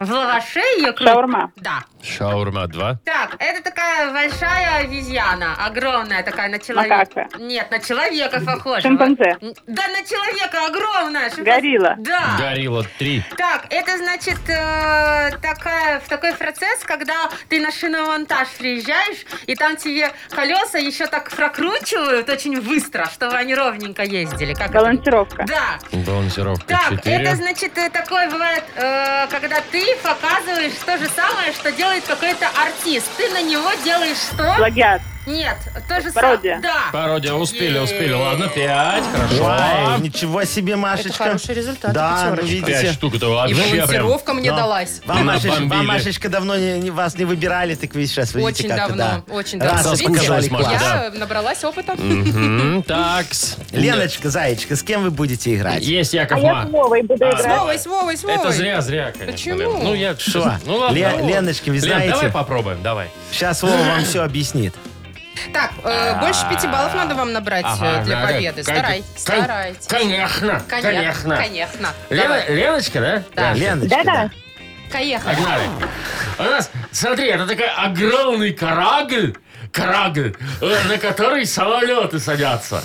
Speaker 12: В лаваше ее кру-
Speaker 11: Шаурма.
Speaker 12: Да.
Speaker 2: Шаурма 2.
Speaker 12: Так, это такая большая обезьяна, огромная такая на человека.
Speaker 11: Макака.
Speaker 12: Нет, на человека похожа.
Speaker 11: Шимпанзе.
Speaker 12: Н- Да, на человека огромная. шимпанзе.
Speaker 11: Горилла.
Speaker 12: Да.
Speaker 2: Горилла 3.
Speaker 12: Так, это значит э, такая, в такой процесс, когда ты на шиномонтаж приезжаешь, и там тебе колеса еще так прокручивают очень быстро, чтобы они ровненько ездили. Как это?
Speaker 11: Балансировка.
Speaker 12: Да.
Speaker 2: Балансировка
Speaker 12: Так,
Speaker 2: 4.
Speaker 12: это значит э, такое бывает, э, когда ты показываешь то же самое, что делает какой-то артист. Ты на него делаешь что?
Speaker 11: Плагиат.
Speaker 12: Нет, то же
Speaker 11: Пародия.
Speaker 12: самое. Да.
Speaker 2: Пародия. Успели, успели. Ладно, 5.
Speaker 4: Ой,
Speaker 2: Хорошо.
Speaker 4: ничего себе, Машечка.
Speaker 3: хороший результат,
Speaker 4: Да, ну
Speaker 3: пятерочка.
Speaker 2: Пять
Speaker 4: видите.
Speaker 2: штук это вообще прям...
Speaker 3: Балансировка мне
Speaker 4: Да.
Speaker 3: далась.
Speaker 4: Вам, Машеч- вам,
Speaker 2: Набомбили.
Speaker 4: Машечка, давно не, не- вас не выбирали, так вы сейчас видите,
Speaker 3: Очень
Speaker 4: как
Speaker 3: давно,
Speaker 4: да.
Speaker 3: очень давно.
Speaker 4: Раз,
Speaker 2: Видите,
Speaker 4: вы показали
Speaker 2: Маша,
Speaker 4: класс.
Speaker 2: да.
Speaker 3: Я набралась опыта.
Speaker 2: Мгм, Такс.
Speaker 4: Леночка, Заечка, с кем вы будете играть?
Speaker 2: Есть
Speaker 11: А я
Speaker 2: Яков
Speaker 11: с
Speaker 2: Маркович.
Speaker 11: Вовой буду
Speaker 2: А,
Speaker 3: С
Speaker 11: играть.
Speaker 3: Вовой, с Вовой, с Вовой.
Speaker 2: Это зря, зря, конечно.
Speaker 3: Почему?
Speaker 2: Лен. Ну, я...
Speaker 4: Что?
Speaker 2: Ну, ладно.
Speaker 4: Ле- Леночки, вы
Speaker 2: Лен,
Speaker 4: знаете-
Speaker 2: давай попробуем, давай.
Speaker 4: Сейчас Вова вам все объяснит.
Speaker 3: Так, э, больше пяти баллов надо вам набрать
Speaker 2: Ага,
Speaker 3: э, для
Speaker 2: ага.
Speaker 3: победы.
Speaker 2: Кон-
Speaker 3: Старайтесь,
Speaker 2: кон-
Speaker 3: старайтесь.
Speaker 2: Конечно,
Speaker 3: Конечно,
Speaker 2: конечно.
Speaker 3: конечно.
Speaker 2: Лена-
Speaker 3: Давай,
Speaker 2: Леночка, да?
Speaker 3: Да.
Speaker 4: Леночка,
Speaker 11: Да-да.
Speaker 3: Поехали.
Speaker 2: Погнали. У нас, смотри, это такой огромный корабль, корабль, э, на который самолеты садятся.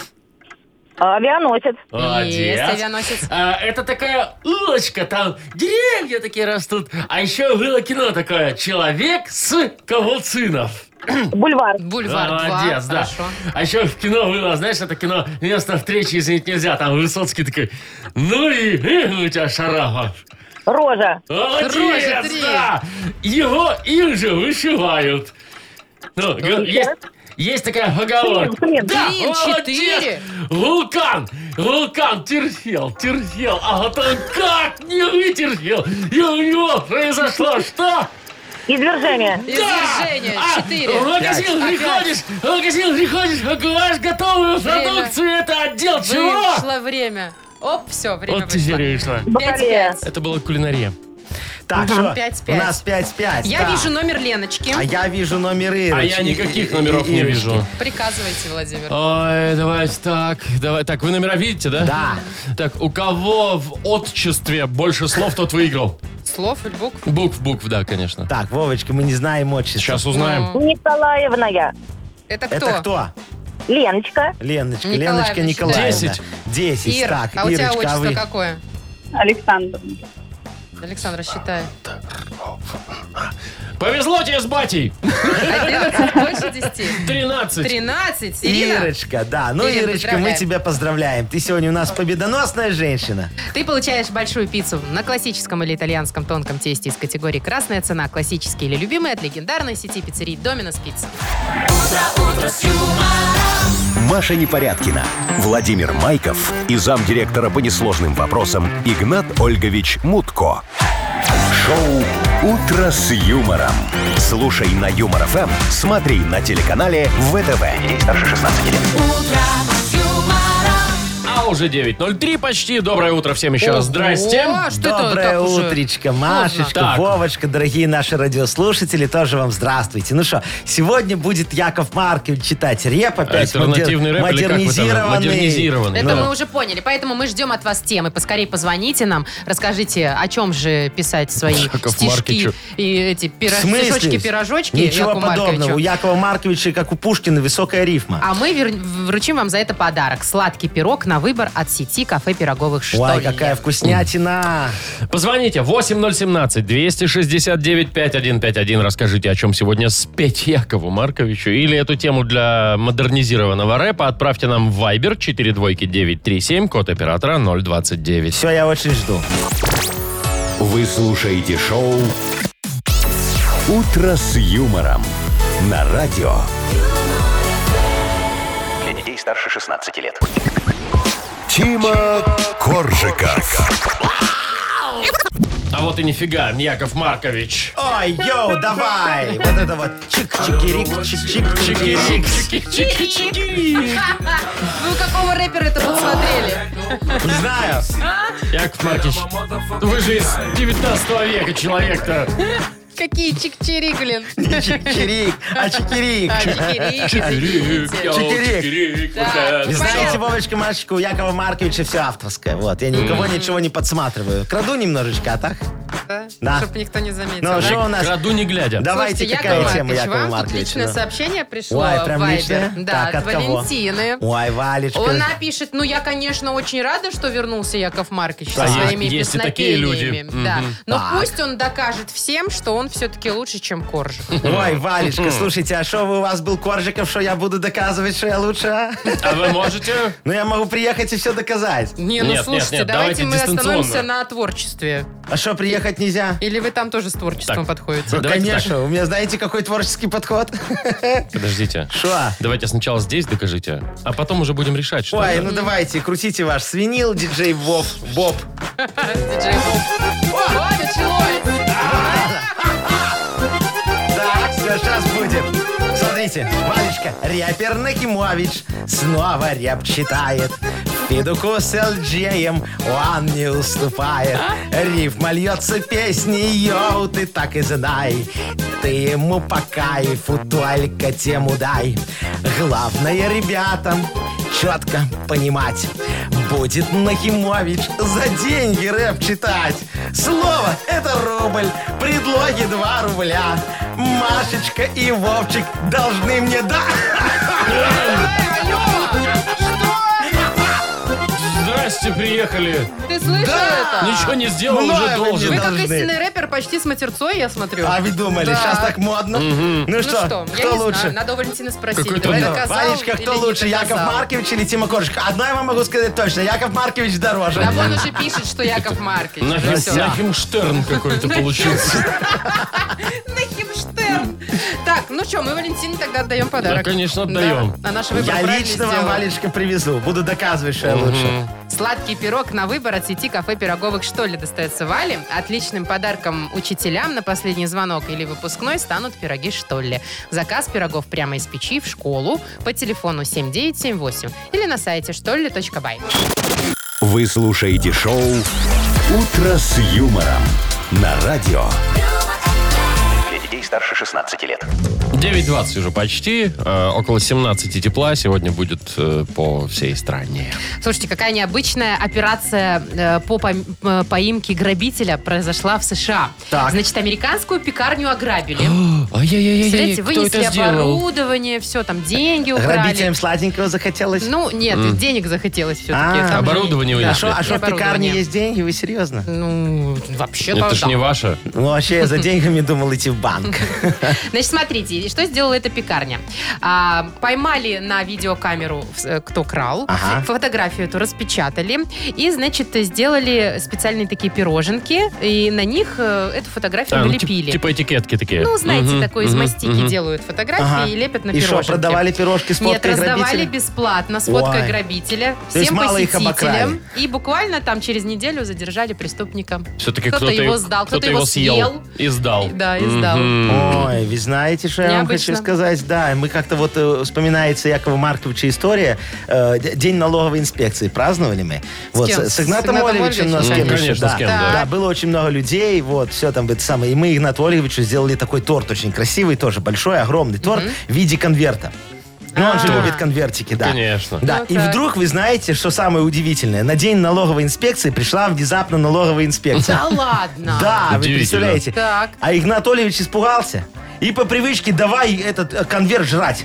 Speaker 11: а, Авианосец.
Speaker 2: Молодец.
Speaker 3: Есть авианосец.
Speaker 2: А, это такая улочка, там деревья такие растут. А еще было кино такое «Человек с кавуцинов».
Speaker 11: Бульвар.
Speaker 3: Бульвар
Speaker 2: Да,
Speaker 3: 2.
Speaker 2: Молодец, да.
Speaker 3: Хорошо.
Speaker 2: А еще в кино было, знаешь, это кино «Место встречи извинить нельзя». Там Высоцкий такой «Ну и, э, у тебя шарапов».
Speaker 11: Рожа.
Speaker 3: Рожа
Speaker 2: Молодец,
Speaker 3: три.
Speaker 2: да. Его им же вышивают. Ну, г- есть, есть такая поговорка.
Speaker 11: Блин, блин.
Speaker 2: Да,
Speaker 3: Блин,
Speaker 2: молодец.
Speaker 3: четыре.
Speaker 2: Вулкан, вулкан терпел, терпел, а вот он как не вытерпел. И у него произошло что?
Speaker 11: Извержение.
Speaker 3: Извержение.
Speaker 2: А,
Speaker 3: Четыре.
Speaker 2: в магазин
Speaker 3: Пять.
Speaker 2: приходишь, в магазин приходишь, покупаешь готовую
Speaker 3: Время.
Speaker 2: продукцию, это отдел чего?
Speaker 3: Вышло время. Оп, все, время
Speaker 2: Вот теперь и вышло.
Speaker 11: Батарея.
Speaker 2: Это было кулинария.
Speaker 4: Так,
Speaker 3: Да.
Speaker 4: что?
Speaker 3: Пять-пять.
Speaker 4: У нас 5-5.
Speaker 3: Я
Speaker 4: да.
Speaker 3: вижу номер Леночки.
Speaker 4: А я вижу номер
Speaker 2: А
Speaker 4: Ирочки.
Speaker 2: я никаких номеров не
Speaker 4: Ирочки.
Speaker 2: вижу.
Speaker 3: Приказывайте, Владимир.
Speaker 2: Ой, давайте так, давай так. Вы номера видите, да?
Speaker 4: Да.
Speaker 2: Так, у кого в отчестве больше слов, тот выиграл.
Speaker 3: Слов или букв?
Speaker 2: Букв, букв, да, конечно.
Speaker 4: Так, Вовочка, мы не знаем отчество.
Speaker 2: Сейчас узнаем.
Speaker 11: Николаевна я.
Speaker 3: Это кто?
Speaker 4: Это кто?
Speaker 11: Леночка.
Speaker 4: Леночка,
Speaker 3: Николаевна,
Speaker 4: Леночка
Speaker 3: считай.
Speaker 4: Николаевна.
Speaker 2: Десять.
Speaker 4: Десять,
Speaker 3: Ир.
Speaker 4: так,
Speaker 3: а у тебя
Speaker 4: Ирочка,
Speaker 3: отчество
Speaker 4: а вы?
Speaker 3: какое?
Speaker 11: Александр.
Speaker 3: Александра, считай.
Speaker 2: Повезло тебе с батей.
Speaker 3: 11 больше 10.
Speaker 2: 13.
Speaker 3: 13. Ирина,
Speaker 4: Ирочка, да. Ну,
Speaker 3: Ирина,
Speaker 4: Ирочка, мы
Speaker 3: поздравляем.
Speaker 4: тебя поздравляем. Ты сегодня у нас победоносная женщина.
Speaker 3: ты получаешь большую пиццу на классическом или итальянском тонком тесте из категории «Красная цена», «Классический» или «Любимый» от легендарной сети пиццерий «Доминос Пицца».
Speaker 1: Маша Непорядкина, Владимир Майков и замдиректора по несложным вопросам Игнат Ольгович Мутко. Шоу «Утро с юмором». Слушай на Юмор ФМ, смотри на телеканале ВТВ. Ей старше 16 лет.
Speaker 2: А уже 9.03 почти. Доброе утро всем еще раз.
Speaker 3: Ого,
Speaker 2: Здрасте.
Speaker 3: что это
Speaker 4: Доброе
Speaker 3: так уже
Speaker 4: утречко,
Speaker 3: поздно?
Speaker 4: Машечка,
Speaker 2: Так.
Speaker 4: Вовочка, дорогие наши радиослушатели, тоже вам здравствуйте. Ну что, сегодня будет Яков Маркович читать реп опять.
Speaker 2: А Альтернативный
Speaker 4: модер-
Speaker 2: рэп или как вы там?
Speaker 4: модернизированный.
Speaker 2: Модернизированный.
Speaker 3: Это
Speaker 2: Ну.
Speaker 3: мы уже поняли, поэтому мы ждем от вас темы. Поскорее позвоните нам, расскажите, о чем же писать свои
Speaker 4: *laughs*
Speaker 2: Яков
Speaker 3: стишки
Speaker 2: Маркичу.
Speaker 3: и эти
Speaker 4: В
Speaker 3: пира-
Speaker 4: смысле?
Speaker 3: пирожочки-пирожочки
Speaker 4: Ничего
Speaker 3: Якову
Speaker 4: подобного.
Speaker 3: Марковичу.
Speaker 4: У Якова Марковича, как у Пушкина, высокая рифма.
Speaker 3: А мы вер- вручим вам за это подарок. Сладкий пирог на выбор от сети кафе пироговых «Что
Speaker 4: Ой,
Speaker 3: ли».
Speaker 4: какая вкуснятина.
Speaker 2: Позвоните 8017-269-5151. Расскажите, о чем сегодня спеть Якову Марковичу. Или эту тему для модернизированного рэпа отправьте нам в Viber 42937, код оператора 029.
Speaker 4: Все, я очень жду.
Speaker 1: Вы слушаете шоу «Утро с юмором» на радио.
Speaker 6: Для детей старше 16 лет.
Speaker 1: Тима Коржика.
Speaker 2: А вот и нифига, Яков Маркович.
Speaker 4: Ой, йоу, давай. Вот это вот чик-чикирик, чик-чик-чикирик.
Speaker 3: Вы у какого рэпера это подсмотрели?
Speaker 4: Не знаю.
Speaker 2: Яков Маркович, вы же из 19 века человек-то.
Speaker 3: *laughs* Какие чик-чирик,
Speaker 4: *laughs*
Speaker 3: блин.
Speaker 4: Не чик-чирик, а чикирик.
Speaker 3: А, чик-чирик,
Speaker 2: Чикирик,
Speaker 3: извините.
Speaker 2: йоу,
Speaker 4: Чикирик.
Speaker 2: чикирик, вот
Speaker 3: Да.
Speaker 2: это.
Speaker 4: Вы знаете, Вовочка, Машечка, у Якова Марковича все авторское. Вот, я никого ничего не подсматриваю. Краду немножечко, а так? Да.
Speaker 3: Чтобы никто не заметил.
Speaker 4: Ну,
Speaker 3: да?
Speaker 4: что у нас?
Speaker 2: Краду не глядя.
Speaker 4: Давайте,
Speaker 3: Слушайте,
Speaker 4: какая
Speaker 3: Яков
Speaker 4: тема
Speaker 3: Маркович,
Speaker 4: Якова
Speaker 3: вам тут
Speaker 4: Марковича?
Speaker 3: личное
Speaker 4: да?
Speaker 3: сообщение пришло
Speaker 4: Ой,
Speaker 3: в
Speaker 4: прям
Speaker 3: Viber.
Speaker 4: личное?
Speaker 3: Да,
Speaker 4: Так,
Speaker 3: от,
Speaker 4: от кого?
Speaker 3: Валентины.
Speaker 4: Ой, Валечка.
Speaker 3: Она пишет, ну я, конечно, очень рада, что вернулся Яков Маркович
Speaker 2: Так.
Speaker 3: со своими
Speaker 2: А Есть и такие
Speaker 3: песнопениями.
Speaker 2: люди.
Speaker 3: Да.
Speaker 2: Мгм.
Speaker 3: Но
Speaker 4: Так.
Speaker 3: пусть он докажет всем, что он все-таки лучше, чем Коржик.
Speaker 4: Ой, Валечка, слушайте, а что вы у вас был Коржиков, что я буду доказывать, что я лучше, а?
Speaker 2: А вы можете?
Speaker 4: Ну, я могу приехать и все доказать.
Speaker 3: Не,
Speaker 2: Нет,
Speaker 3: ну
Speaker 2: нет,
Speaker 3: слушайте,
Speaker 2: нет, давайте
Speaker 3: давайте, мы
Speaker 2: дистанционно.
Speaker 3: остановимся на творчестве.
Speaker 4: А что, приехать нельзя? Ну,
Speaker 3: Или вы там тоже с творчеством
Speaker 2: Так.
Speaker 3: подходите?
Speaker 2: Давайте
Speaker 4: Конечно, у меня, знаете, какой творческий подход?
Speaker 2: Подождите.
Speaker 4: Что?
Speaker 2: Давайте сначала здесь докажите, а потом уже будем решать, что...
Speaker 4: Ой,
Speaker 2: же.
Speaker 4: ну давайте, крутите ваш свинил, диджей Боб. Боб.
Speaker 3: Диджей Боб. О, началось!
Speaker 4: Так, все, сейчас будет. Смотрите, Валечка, рэпер Накимович снова рэп читает. Федуку с Элджеем он не уступает. Рифма льется песней, йоу, ты так и знай. Ты ему по кайфу только тему дай. Главное, ребятам, четко понимать. Будет Нахимович за деньги рэп читать. Слово — это рубль, предлоги — два рубля. Машечка и Вовчик должны мне да...
Speaker 3: Ой, алло! Что?
Speaker 2: гости приехали.
Speaker 3: Ты слышал это?
Speaker 2: Ничего не сделал,
Speaker 4: Мною
Speaker 2: уже
Speaker 4: вы
Speaker 2: должен.
Speaker 4: не
Speaker 3: Вы как
Speaker 4: должны.
Speaker 3: истинный рэпер почти с матерцой, я смотрю.
Speaker 4: А вы думали,
Speaker 3: Да.
Speaker 4: сейчас так модно. Ну
Speaker 3: Ну
Speaker 4: что,
Speaker 3: что, я
Speaker 4: кто
Speaker 3: не
Speaker 4: лучше?
Speaker 3: знаю, надо у Валентины спросить.
Speaker 4: Какой-то
Speaker 3: Давай,
Speaker 4: да.
Speaker 3: доказал
Speaker 4: Валечка,
Speaker 3: или
Speaker 4: кто
Speaker 3: не
Speaker 4: лучше, Яков
Speaker 3: доказал.
Speaker 4: Маркович или Тима Коржик? Одно я вам могу сказать точно, Яков Маркович дороже.
Speaker 3: Да вон уже пишет, что Яков Маркович.
Speaker 2: На
Speaker 3: Ну всё.
Speaker 2: Штерн какой-то получился.
Speaker 3: Нахимштерн. Так, ну что, мы Валентине тогда отдаем подарок.
Speaker 2: Да, конечно, отдаем.
Speaker 3: Да, А наш выбор
Speaker 4: Я
Speaker 3: правильный
Speaker 4: лично вам,
Speaker 3: сделала. Ну,
Speaker 4: Валечка, привезу. Буду доказывать, что я
Speaker 2: Мгм.
Speaker 4: лучше.
Speaker 3: Сладкий пирог на выбор от сети кафе «Пироговых что ли» достается Вале. Отличным подарком учителям на последний звонок или выпускной станут пироги что ли. Заказ пирогов прямо из печи в школу по телефону 7978 или на сайте что ли точка бай.
Speaker 1: Вы слушаете шоу «Утро с юмором» на радио.
Speaker 6: Для детей старше 16 лет.
Speaker 2: 9.20 уже почти, э, около 17 тепла сегодня будет э, по всей стране.
Speaker 3: Слушайте, какая необычная операция э, по пом- э, поимке грабителя произошла в США.
Speaker 2: Так.
Speaker 3: Значит, американскую пекарню ограбили.
Speaker 2: Ай-яй-яй-яй,
Speaker 3: Представляете,
Speaker 2: кто
Speaker 3: вынесли
Speaker 2: это сделал?
Speaker 3: оборудование, все, там деньги украли.
Speaker 4: Грабителям сладенького захотелось?
Speaker 3: Ну, нет,
Speaker 2: М.
Speaker 3: денег захотелось все-таки.
Speaker 4: А,
Speaker 2: Оборудование
Speaker 4: а шо-
Speaker 2: вынесли.
Speaker 4: а что в
Speaker 3: Оборудование.
Speaker 4: пекарне есть деньги? Вы серьезно?
Speaker 3: Ну, вообще-то
Speaker 2: Это ж
Speaker 3: да.
Speaker 2: не ваше.
Speaker 4: Ну, вообще, я
Speaker 3: *laughs*
Speaker 4: за деньгами думал идти в банк.
Speaker 3: Значит, смотрите, что сделала эта пекарня. А, поймали на видеокамеру, э, кто крал,
Speaker 4: Ага.
Speaker 3: фотографию эту распечатали и, значит, сделали специальные такие пироженки, и на них э, эту фотографию
Speaker 2: А, ну, тип-
Speaker 3: налепили.
Speaker 2: типа этикетки такие.
Speaker 3: Ну, знаете,
Speaker 2: Мгм,
Speaker 3: такой из
Speaker 2: мгм,
Speaker 3: мастики
Speaker 2: мгм.
Speaker 3: делают фотографии
Speaker 4: Ага.
Speaker 3: и лепят на
Speaker 4: И что,
Speaker 3: пироженки.
Speaker 4: продавали пирожки с
Speaker 3: Нет,
Speaker 4: фоткой
Speaker 3: раздавали
Speaker 4: грабителя?
Speaker 3: бесплатно с фоткой
Speaker 4: Ой.
Speaker 3: грабителя
Speaker 4: То есть
Speaker 3: всем
Speaker 4: мало их
Speaker 3: посетителям.
Speaker 4: обокрали.
Speaker 3: И буквально там через неделю задержали преступника.
Speaker 2: Все-таки
Speaker 3: Кто-то
Speaker 2: кто-то
Speaker 3: его сдал, кто-то его съел.
Speaker 2: И сдал.
Speaker 3: Да, и сдал.
Speaker 2: Мгм.
Speaker 4: Ой, вы знаете, что я вам
Speaker 3: Необычно.
Speaker 4: хочу сказать? Да, мы как-то вот э, вспоминается Якова Марковича история. Э, д- День налоговой инспекции праздновали мы. Вот,
Speaker 3: кем?
Speaker 4: с, с Игнатом,
Speaker 3: С Игнатом
Speaker 4: Ольговичем, но с
Speaker 2: Ольговичем?
Speaker 4: кем
Speaker 2: Ну,
Speaker 4: еще,
Speaker 2: конечно,
Speaker 4: да.
Speaker 2: с кем,
Speaker 3: да.
Speaker 4: Да, было очень много людей, вот, все там это самое. И мы Игнату Ольговичу сделали такой торт очень красивый тоже, большой, огромный торт в виде конверта. Ну, он же
Speaker 3: А.
Speaker 4: любит конвертики, да.
Speaker 2: Конечно.
Speaker 4: Да,
Speaker 3: Ну,
Speaker 4: и
Speaker 3: так.
Speaker 4: вдруг вы знаете, что самое удивительное? На день налоговой инспекции пришла внезапно налоговая инспекция.
Speaker 3: Да ладно.
Speaker 4: Да, вы
Speaker 2: Удивительно.
Speaker 4: представляете?
Speaker 3: Так.
Speaker 4: А Игнатольевич испугался. И по привычке давай этот э, конверт
Speaker 3: *laughs*
Speaker 4: жрать.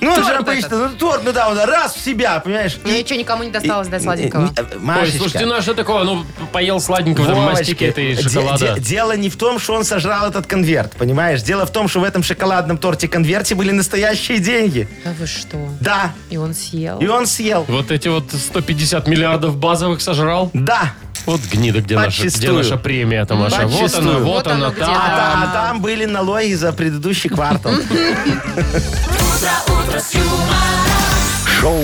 Speaker 4: Ну, он же
Speaker 3: Торт
Speaker 4: обычно, ну, торт, ну да, он раз в себя, понимаешь?
Speaker 3: Ну, ничего никому не досталось до сладенького.
Speaker 4: Э, э,
Speaker 2: Ой,
Speaker 4: Машечка,
Speaker 2: слушайте, ну а что такого? Ну, поел сладенького там
Speaker 4: Вовочка,
Speaker 2: мастики этой
Speaker 4: де-
Speaker 2: шоколада.
Speaker 4: де- Дело не в том, что он сожрал этот конверт, понимаешь? Дело в том, что в этом шоколадном торте-конверте были настоящие деньги.
Speaker 3: Да А вы что?
Speaker 4: Да,
Speaker 3: И он съел.
Speaker 4: и он съел.
Speaker 2: Вот эти вот 150 миллиардов базовых сожрал.
Speaker 4: Да.
Speaker 2: Вот гнида, где, наша, где
Speaker 4: Подчистую.
Speaker 2: наша премия там ваша. Вот
Speaker 4: Подчистую.
Speaker 2: она, вот,
Speaker 3: Вот
Speaker 2: она,
Speaker 3: оно где,
Speaker 2: там.
Speaker 3: *laughs*
Speaker 4: А,
Speaker 3: да.
Speaker 4: та- а там были налоги за предыдущий квартал.
Speaker 1: Шоу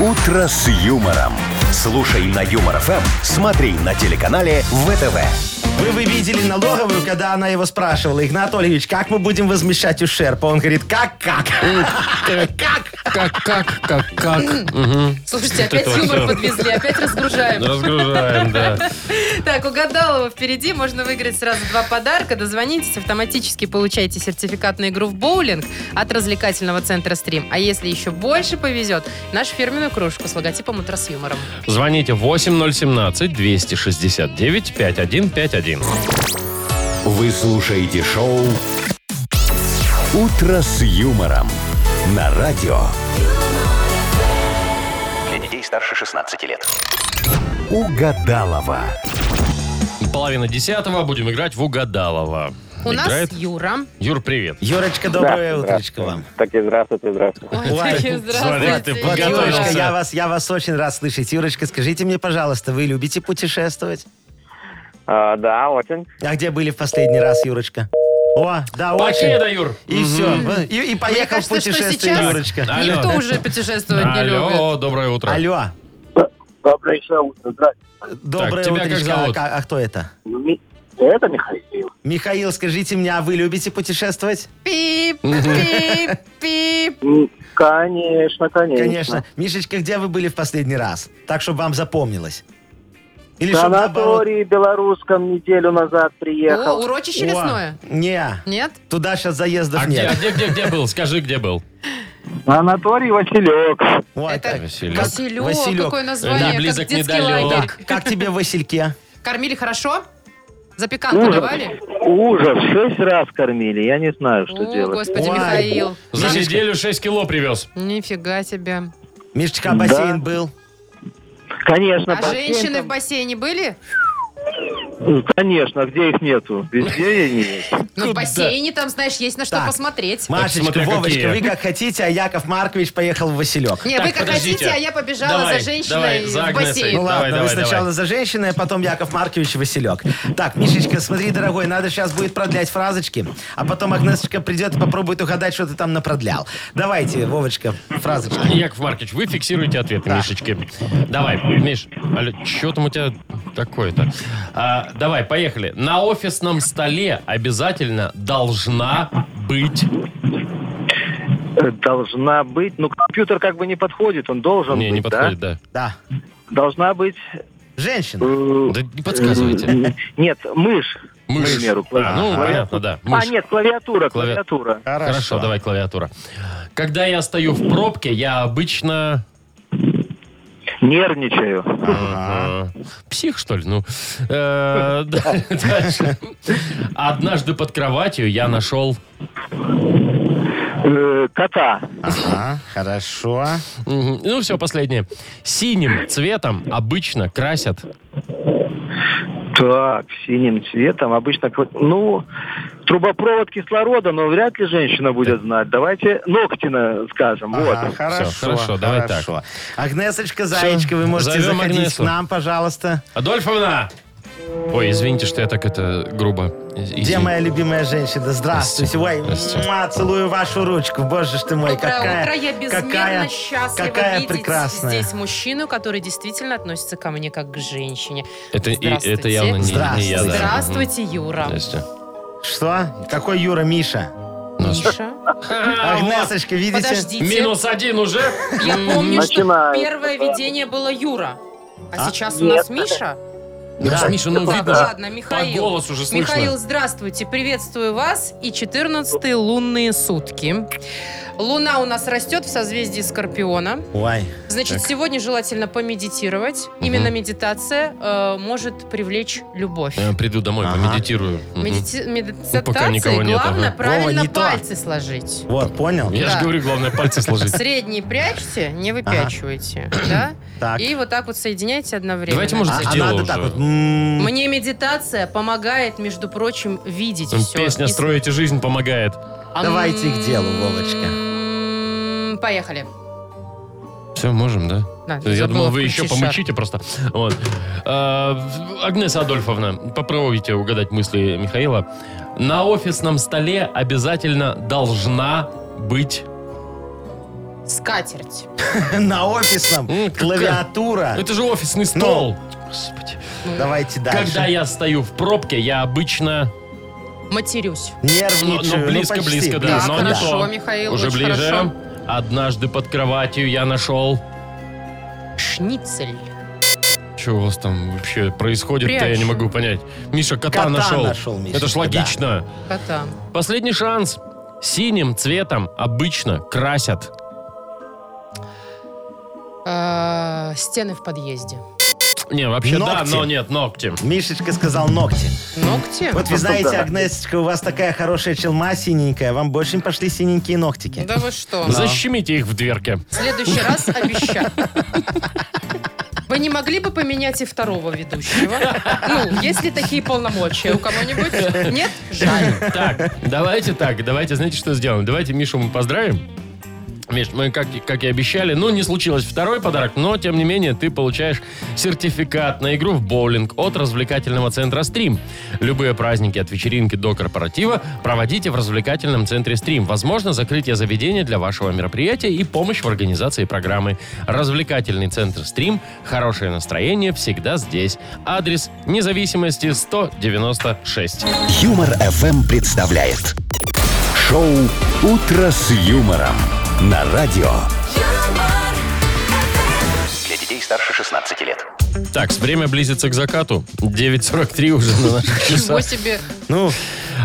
Speaker 1: «Утро с юмором». Слушай на Юмор ФМ, смотри на телеканале ВТВ.
Speaker 4: Вы бы видели налоговую, когда она его спрашивала, Игнатольевич, как мы будем возмещать ущерб? А он говорит, как, как? Как?
Speaker 2: Как, как, как, как.
Speaker 3: Слушайте, опять
Speaker 2: это
Speaker 3: юмор
Speaker 2: вот, да.
Speaker 3: подвезли, опять разгружаем.
Speaker 2: Разгружаем, да.
Speaker 3: Так, угадал его впереди. Можно выиграть сразу два подарка. Дозвонитесь, автоматически получаете сертификат на игру в боулинг от развлекательного центра «Стрим». А если еще больше повезет, нашу фирменную кружку с логотипом «Утро с юмором».
Speaker 2: Звоните 8017-269-5151.
Speaker 1: Вы слушаете шоу «Утро с юмором» на радио.
Speaker 6: Для детей старше 16 лет.
Speaker 1: Угадалова.
Speaker 2: Половина десятого. Будем играть в Угадалова.
Speaker 3: У нас
Speaker 2: Играет
Speaker 3: Юра.
Speaker 2: Юр, привет.
Speaker 4: Юрочка, доброе утречко
Speaker 5: здравствуйте.
Speaker 4: вам.
Speaker 5: Так и здравствуйте,
Speaker 3: *laughs*
Speaker 5: здравствуйте.
Speaker 3: Ой,
Speaker 4: Ой,
Speaker 3: такие
Speaker 2: смотри, ты
Speaker 3: здравствуйте.
Speaker 2: подготовился.
Speaker 3: Юра.
Speaker 4: Юрочка,
Speaker 2: Готовился.
Speaker 4: я вас, я вас очень рад слышать. Юрочка, скажите мне, пожалуйста, вы любите путешествовать?
Speaker 5: А, да, очень.
Speaker 4: А где были в последний раз, Юрочка? О, да, очень.
Speaker 2: Покеда, Юр.
Speaker 4: И все. И, и
Speaker 3: Мне
Speaker 4: поехал в
Speaker 3: кажется, что
Speaker 4: путешествие,
Speaker 3: сейчас
Speaker 4: Юрочка.
Speaker 2: Алло.
Speaker 3: никто уже путешествовать не любит.
Speaker 2: Алло, доброе утро.
Speaker 4: Алло,
Speaker 5: Доброе утро, здравствуйте.
Speaker 4: доброе
Speaker 2: тебя как
Speaker 4: утречко. А,
Speaker 2: зовут?
Speaker 4: ка- а кто это?
Speaker 5: Это Михаил.
Speaker 4: Михаил, скажите мне, а вы любите путешествовать?
Speaker 3: Пип, пип, пип.
Speaker 5: Конечно, конечно.
Speaker 4: Конечно. Мишечка, где вы были в последний раз? Так, чтобы вам запомнилось. Или
Speaker 5: В
Speaker 4: чтоб наоборот-
Speaker 5: санатории белорусском неделю назад
Speaker 3: О,
Speaker 5: приехал.
Speaker 3: урочище
Speaker 4: О,
Speaker 3: лесное.
Speaker 4: Не,
Speaker 3: Нет?
Speaker 4: туда сейчас заездов
Speaker 2: А где,
Speaker 4: нет.
Speaker 2: а где, где, где был? Скажи, где был.
Speaker 5: Санаторий Василек.
Speaker 4: Вот
Speaker 3: Это
Speaker 4: так.
Speaker 2: Василек.
Speaker 3: Василек.
Speaker 4: Василек.
Speaker 3: Какое название,
Speaker 2: Не близок,
Speaker 3: как
Speaker 2: не
Speaker 3: детский
Speaker 2: далек.
Speaker 3: лагерь.
Speaker 4: Как, как тебе в Васильке?
Speaker 3: Кормили хорошо? Запеканку давали?
Speaker 5: Ужас, шесть раз кормили, я не знаю, что
Speaker 3: О,
Speaker 5: делать.
Speaker 3: господи,
Speaker 4: Ой.
Speaker 3: Михаил.
Speaker 2: За неделю 6 кило привез.
Speaker 3: Нифига себе.
Speaker 4: Мишечка, а
Speaker 5: Да.
Speaker 4: бассейн был?
Speaker 8: Конечно,
Speaker 3: А
Speaker 8: бассейн
Speaker 3: женщины в бассейне были?
Speaker 8: там- Ну, Конечно, где их нету? Везде они есть.
Speaker 3: Ну, в бассейне там, знаешь, есть на что
Speaker 4: Так.
Speaker 3: посмотреть.
Speaker 4: Машечка,
Speaker 2: смотря
Speaker 4: Вовочка,
Speaker 2: какие.
Speaker 4: вы как хотите, а Яков Маркович поехал в Василек.
Speaker 3: Не,
Speaker 2: Так,
Speaker 3: вы как
Speaker 2: подождите.
Speaker 3: хотите, а я побежала
Speaker 2: Давай,
Speaker 3: за женщиной
Speaker 2: давай, за
Speaker 3: в бассейн.
Speaker 2: Агнесой.
Speaker 4: Ну ладно,
Speaker 2: давай,
Speaker 4: вы
Speaker 2: давай.
Speaker 4: сначала за женщиной, а потом Яков Маркович и Василек. Так, Мишечка, смотри, дорогой, надо сейчас будет продлять фразочки, а потом Агнесочка придет и попробует угадать, что ты там напродлял. Давайте, Вовочка, фразочки.
Speaker 2: Яков Маркович, вы фиксируете ответы, Мишечки. Давай, Миш, что там у тебя такое-то? А, давай, поехали. На офисном столе обязательно должна быть...
Speaker 8: Э, Должна быть. Ну, компьютер как бы не подходит, он должен
Speaker 2: Не,
Speaker 8: быть,
Speaker 2: не подходит,
Speaker 8: да?
Speaker 2: да.
Speaker 4: Да.
Speaker 8: Должна быть...
Speaker 4: Женщина.
Speaker 8: э,
Speaker 2: Да не подсказывайте.
Speaker 8: э, Нет, мышь.
Speaker 2: Мышь.
Speaker 8: К примеру, клави-
Speaker 2: А, ну,
Speaker 8: клавиатура.
Speaker 2: понятно, да.
Speaker 8: А,
Speaker 2: мышь.
Speaker 8: нет, клавиатура,
Speaker 2: Клави-
Speaker 8: клавиатура.
Speaker 2: Хорошо. давай клавиатура. Когда я стою в пробке, я обычно...
Speaker 8: Нервничаю.
Speaker 2: Ага. э, Псих, что ли? Ну, Э, *laughs* да, дальше. Однажды под кроватью я нашел...
Speaker 8: Э, Кота.
Speaker 4: Ага, хорошо.
Speaker 2: Мгм. Ну, все, последнее. Синим цветом обычно красят...
Speaker 8: Так, синим цветом обычно... кла- Ну, трубопровод кислорода, но вряд ли женщина будет знать. Давайте ногти на- скажем.
Speaker 4: Ага,
Speaker 8: вот.
Speaker 4: хорошо,
Speaker 2: Всё, хорошо, давай так.
Speaker 4: хорошо. Агнесочка, Заечка, вы можете
Speaker 2: зовем
Speaker 4: заходить
Speaker 2: Агнесу.
Speaker 4: к нам, пожалуйста.
Speaker 2: Адольфовна! Ой, извините, что я так это грубо. Извините.
Speaker 4: Где моя любимая женщина? Здравствуйте. Ой,
Speaker 2: Здравствуйте.
Speaker 4: муа, целую вашу ручку. Боже ж ты мой,
Speaker 3: Доброе
Speaker 4: какая,
Speaker 3: утро, я безмерно
Speaker 4: какая,
Speaker 3: счастлива
Speaker 4: какая
Speaker 3: видеть
Speaker 4: прекрасная.
Speaker 3: здесь мужчину, который действительно относится ко мне как к женщине.
Speaker 2: Это, и-
Speaker 3: Здравствуйте.
Speaker 2: это явно не, не я. да.
Speaker 3: Здравствуйте, Юра.
Speaker 2: Мгм. Здрасте.
Speaker 4: Что? Какой Юра, Миша?
Speaker 3: Миша,
Speaker 4: Агнесочка, видите?
Speaker 3: подождите.
Speaker 2: Минус один уже.
Speaker 3: Я помню, что
Speaker 8: Начинается.
Speaker 3: первое видение было Юра. А сейчас у нас Миша.
Speaker 2: Да, Миша, ну
Speaker 3: Так,
Speaker 2: видно же.
Speaker 3: ладно,
Speaker 2: По
Speaker 3: Михаил.
Speaker 2: голосу уже слышно.
Speaker 3: Михаил, здравствуйте, приветствую вас и 14 лунные сутки. Луна у нас растет в созвездии Скорпиона.
Speaker 4: Ой,
Speaker 3: Значит,
Speaker 2: Так.
Speaker 3: сегодня желательно помедитировать. Именно медитация э, может привлечь любовь.
Speaker 2: Я Э, приду домой,
Speaker 4: Ага.
Speaker 2: помедитирую. Мгм.
Speaker 3: Медити-
Speaker 2: Ну, Пока
Speaker 3: Медитации
Speaker 2: никого нет,
Speaker 3: главное
Speaker 2: ага.
Speaker 3: правильно
Speaker 4: Вова, не то.
Speaker 3: пальцы сложить.
Speaker 4: вот, понял?
Speaker 2: Я
Speaker 3: Да.
Speaker 2: же говорю, главное пальцы сложить.
Speaker 3: Средние прячьте, не выпячивайте. Да?
Speaker 4: Так.
Speaker 3: И вот так вот соединяйте одновременно.
Speaker 2: Давайте, может,
Speaker 4: А, а
Speaker 2: сделаю
Speaker 4: надо
Speaker 2: уже.
Speaker 4: так вот. м-м, м,
Speaker 3: Мне медитация помогает, между прочим, видеть
Speaker 2: М,
Speaker 3: все.
Speaker 2: Песня «Строите жизнь» помогает.
Speaker 4: Давайте к делу, Вовочка. *laughs*
Speaker 3: Поехали.
Speaker 2: Все, можем, да?
Speaker 3: Да,
Speaker 2: Я
Speaker 3: забыла
Speaker 2: думал, вы еще
Speaker 3: включить
Speaker 2: помычите просто. Вот. А, Агнеса Адольфовна, попробуйте угадать мысли Михаила. На офисном столе обязательно должна быть...
Speaker 3: шар. Скатерть.
Speaker 4: На офисном
Speaker 2: М, какая-
Speaker 4: клавиатура.
Speaker 2: Это же офисный стол. Господи.
Speaker 4: Давайте дальше.
Speaker 2: Когда я стою в пробке, я обычно...
Speaker 3: Матерюсь.
Speaker 2: Ну,
Speaker 4: Нервничаю.
Speaker 2: ну,
Speaker 4: Ну,
Speaker 2: близко,
Speaker 4: почти,
Speaker 2: близко, да,
Speaker 3: Так,
Speaker 2: но не то.
Speaker 3: хорошо, Михаил,
Speaker 2: Уже
Speaker 3: очень
Speaker 2: ближе.
Speaker 3: хорошо.
Speaker 2: Однажды под кроватью я нашел...
Speaker 3: Шницель.
Speaker 2: Что у вас там вообще происходит я не
Speaker 3: Прячу.
Speaker 2: могу понять. Миша, кота,
Speaker 4: Кота
Speaker 2: нашел.
Speaker 4: нашел, Мишенька,
Speaker 2: Это ж
Speaker 4: да.
Speaker 2: логично.
Speaker 3: Кота.
Speaker 2: Последний шанс. Синим цветом обычно красят.
Speaker 3: А, стены в подъезде.
Speaker 2: Не, вообще да,
Speaker 4: Ногти.
Speaker 2: но нет, ногти.
Speaker 4: Мишечка сказал ногти.
Speaker 3: Ногти?
Speaker 4: Вот вы знаете,
Speaker 8: да.
Speaker 4: Агнесочка, у вас такая хорошая челма синенькая. Вам больше пошли синенькие ногтики.
Speaker 3: Да вы что?
Speaker 2: Защемите их в дверке.
Speaker 3: В следующий раз обещаю. Вы не могли бы поменять и второго ведущего? Ну, есть ли такие полномочия у кого-нибудь? Нет? Жаль.
Speaker 2: Так, давайте так, давайте, знаете, что сделаем? Давайте Мишу мы поздравим. Миш, мы, как, как и обещали, ну, не случилось второй подарок, но, тем не менее, ты получаешь сертификат на игру в боулинг от развлекательного центра «Стрим». Любые праздники от вечеринки до корпоратива проводите в развлекательном центре «Стрим». Возможно, закрытие заведения для вашего мероприятия и помощь в организации программы. Развлекательный центр «Стрим». Хорошее настроение всегда здесь. Адрес независимости 196.
Speaker 1: Юмор FM представляет шоу Утро с юмором на радио.
Speaker 13: юмор,
Speaker 6: Для детей старше 16 лет.
Speaker 2: Так, время близится к закату. 9.43 уже на наших
Speaker 3: Чего
Speaker 2: часах.
Speaker 3: себе?
Speaker 4: Ну,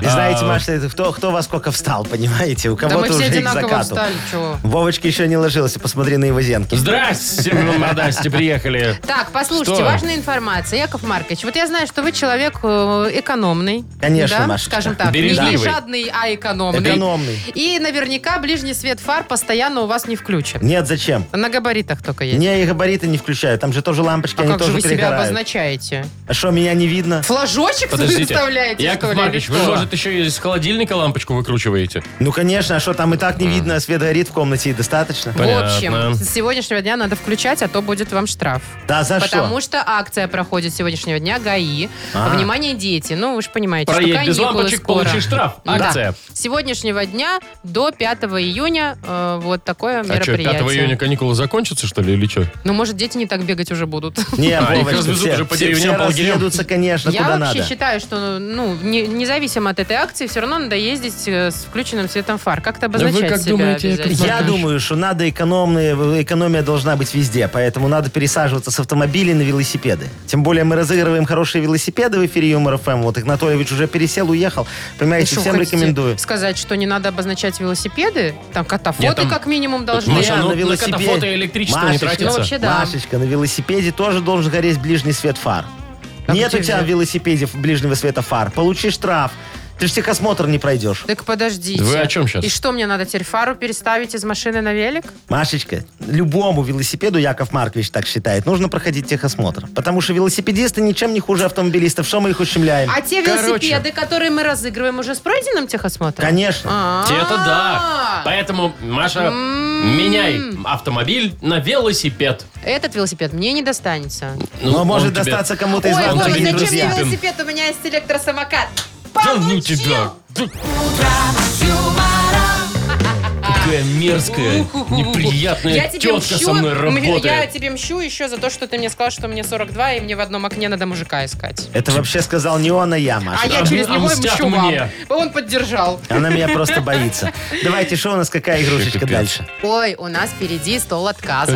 Speaker 4: И
Speaker 2: А.
Speaker 4: знаете, Маша, это кто, кто во сколько встал, понимаете? У
Speaker 3: Да мы
Speaker 4: кого-то
Speaker 3: все
Speaker 4: уже и к
Speaker 3: одинаково
Speaker 4: закату.
Speaker 3: встали, чего.
Speaker 4: Вовочка еще не ложилась, посмотри на его зенки.
Speaker 2: Здрасте, мордасти, приехали.
Speaker 3: Так, послушайте,
Speaker 4: Что?
Speaker 3: важная информация. Яков Маркович, вот я знаю, что вы человек э, экономный.
Speaker 4: Конечно,
Speaker 3: да?
Speaker 4: Машечка.
Speaker 3: Скажем так, не- не
Speaker 4: Бережливый.
Speaker 3: жадный, а экономный.
Speaker 4: Экономный.
Speaker 3: И наверняка ближний свет фар постоянно у вас не включен.
Speaker 4: Нет, зачем?
Speaker 3: На габаритах только есть.
Speaker 4: Не, и габариты не включают. Там же тоже лампочки,
Speaker 3: А
Speaker 4: они
Speaker 3: как же
Speaker 4: тоже
Speaker 3: вы себя
Speaker 4: перегорают.
Speaker 3: обозначаете?
Speaker 4: А что, меня не видно?
Speaker 3: Флажочек вы выставляете, что
Speaker 2: Яков
Speaker 3: ли,
Speaker 2: Маркович,
Speaker 3: или
Speaker 2: вы,
Speaker 3: что?
Speaker 2: может, еще из холодильника лампочку выкручиваете?
Speaker 4: Ну, конечно, а что, там и так не видно, а свет горит в комнате, и достаточно.
Speaker 3: В общем, с сегодняшнего дня надо включать, а то будет вам штраф.
Speaker 4: Да, за А что?
Speaker 3: Потому что акция проходит с сегодняшнего дня ГАИ.
Speaker 4: А.
Speaker 3: Внимание, дети. Ну, вы же понимаете,
Speaker 2: Проедь
Speaker 3: что
Speaker 2: без
Speaker 3: каникулы
Speaker 2: лампочек,
Speaker 3: скоро.
Speaker 2: получи штраф.
Speaker 3: Да.
Speaker 2: Акция.
Speaker 3: С сегодняшнего дня до 5 июня э, вот такое
Speaker 2: А что, 5
Speaker 3: мероприятие.
Speaker 2: июня каникулы закончатся, что ли, или что?
Speaker 3: Ну, может, дети не так бегать уже будут.
Speaker 2: Не, А, их
Speaker 4: Вовочка,
Speaker 2: развезут
Speaker 4: все-
Speaker 2: уже по
Speaker 4: все-
Speaker 2: деревням,
Speaker 4: все
Speaker 2: по лагерям.
Speaker 4: разъедутся, конечно,
Speaker 3: Я
Speaker 4: куда
Speaker 3: вообще
Speaker 4: надо.
Speaker 3: считаю, что, ну, не- независимо от этой акции, все равно надо ездить э, с включенным светом фар. Как-то обозначать себя обязательно.
Speaker 4: Я думаю, что надо экономные, экономия должна быть везде, поэтому надо пересаживаться с автомобилей на велосипеды. Тем более мы разыгрываем хорошие велосипеды в эфире Юмор ФМ. Вот Игнатольевич уже пересел, уехал.
Speaker 3: Вы
Speaker 4: Понимаете,
Speaker 3: что,
Speaker 4: всем
Speaker 3: хотите
Speaker 4: рекомендую.
Speaker 3: сказать, что не надо обозначать велосипеды? Там катафоты
Speaker 4: Нет, там-
Speaker 3: как минимум должны.
Speaker 2: Маша, ну, на катафоты и электричество не тратится.
Speaker 3: Ну, вообще да.
Speaker 4: Машечка, на велосипеде тоже должен гореть ближний свет фар.
Speaker 3: А
Speaker 4: Нет
Speaker 3: где
Speaker 4: у тебя в
Speaker 3: взять?
Speaker 4: велосипеде ближнего света фар. Получи штраф. Ты же техосмотр не пройдешь.
Speaker 3: Так подождите.
Speaker 4: Вы о чем щас?
Speaker 3: И что, мне надо теперь фару переставить из машины на велик?
Speaker 4: Машечка, любому велосипеду, Яков Маркович так считает, нужно проходить техосмотр. Потому что велосипедисты ничем не хуже автомобилистов. Что мы их ущемляем?
Speaker 3: А те
Speaker 4: Короче,
Speaker 3: велосипеды, которые мы разыгрываем, уже с пройденным техосмотром?
Speaker 4: Конечно.
Speaker 3: А. М-м.
Speaker 2: Это да. Поэтому, Маша, меняй автомобиль на велосипед.
Speaker 3: Этот велосипед мне не достанется.
Speaker 2: Ну,
Speaker 4: Но
Speaker 2: он
Speaker 4: может
Speaker 2: тебе-
Speaker 4: достаться кому-то из
Speaker 2: Ой,
Speaker 4: вас,
Speaker 2: Вова,
Speaker 4: дорогие
Speaker 2: зачем
Speaker 4: друзья.
Speaker 2: мне велосипед?
Speaker 12: Свет, у меня есть электросамокат.
Speaker 2: Да ну тебя! Какая мерзкая,
Speaker 3: Я
Speaker 2: неприятная
Speaker 3: тебе
Speaker 2: тетка
Speaker 3: мщу,
Speaker 2: Э,
Speaker 7: *laughs*
Speaker 2: со мной
Speaker 3: м- я
Speaker 2: работает.
Speaker 3: тебе мщу еще за то, что ты мне сказал, что мне 42, и мне в одном окне надо мужика искать.
Speaker 4: Это вообще сказал не он, а я, Маша.
Speaker 3: А я через него и мщу вам. Он поддержал.
Speaker 4: Она меня просто боится. Давайте, что у нас, какая игрушечка дальше?
Speaker 3: Ой, у нас впереди стол отказов.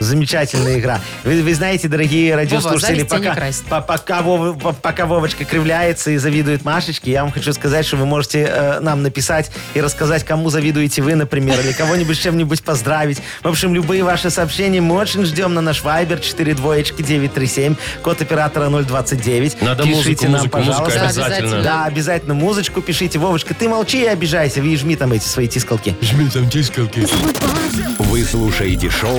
Speaker 4: Замечательная игра. Вы, вы знаете, дорогие радиослушатели,
Speaker 3: зависть тебя не
Speaker 4: пока, по- пока, Вова- по- пока Вовочка кривляется и завидует Машечке, я вам хочу сказать, что вы можете э, нам написать и рассказать, кому завидуете вы, например, или кого-нибудь с чем-нибудь поздравить. В общем, любые ваши сообщения мы очень ждем на наш Viber 937 код оператора 029.
Speaker 2: Надо музыку,
Speaker 4: Пишите нам,
Speaker 2: музыку, музыку
Speaker 4: пожалуйста.
Speaker 2: обязательно.
Speaker 4: Да, обязательно музычку пишите. Вовочка, ты молчи и обижайся, вы и жми там эти свои тискалки.
Speaker 1: Жми там тискалки. Вы слушаете шоу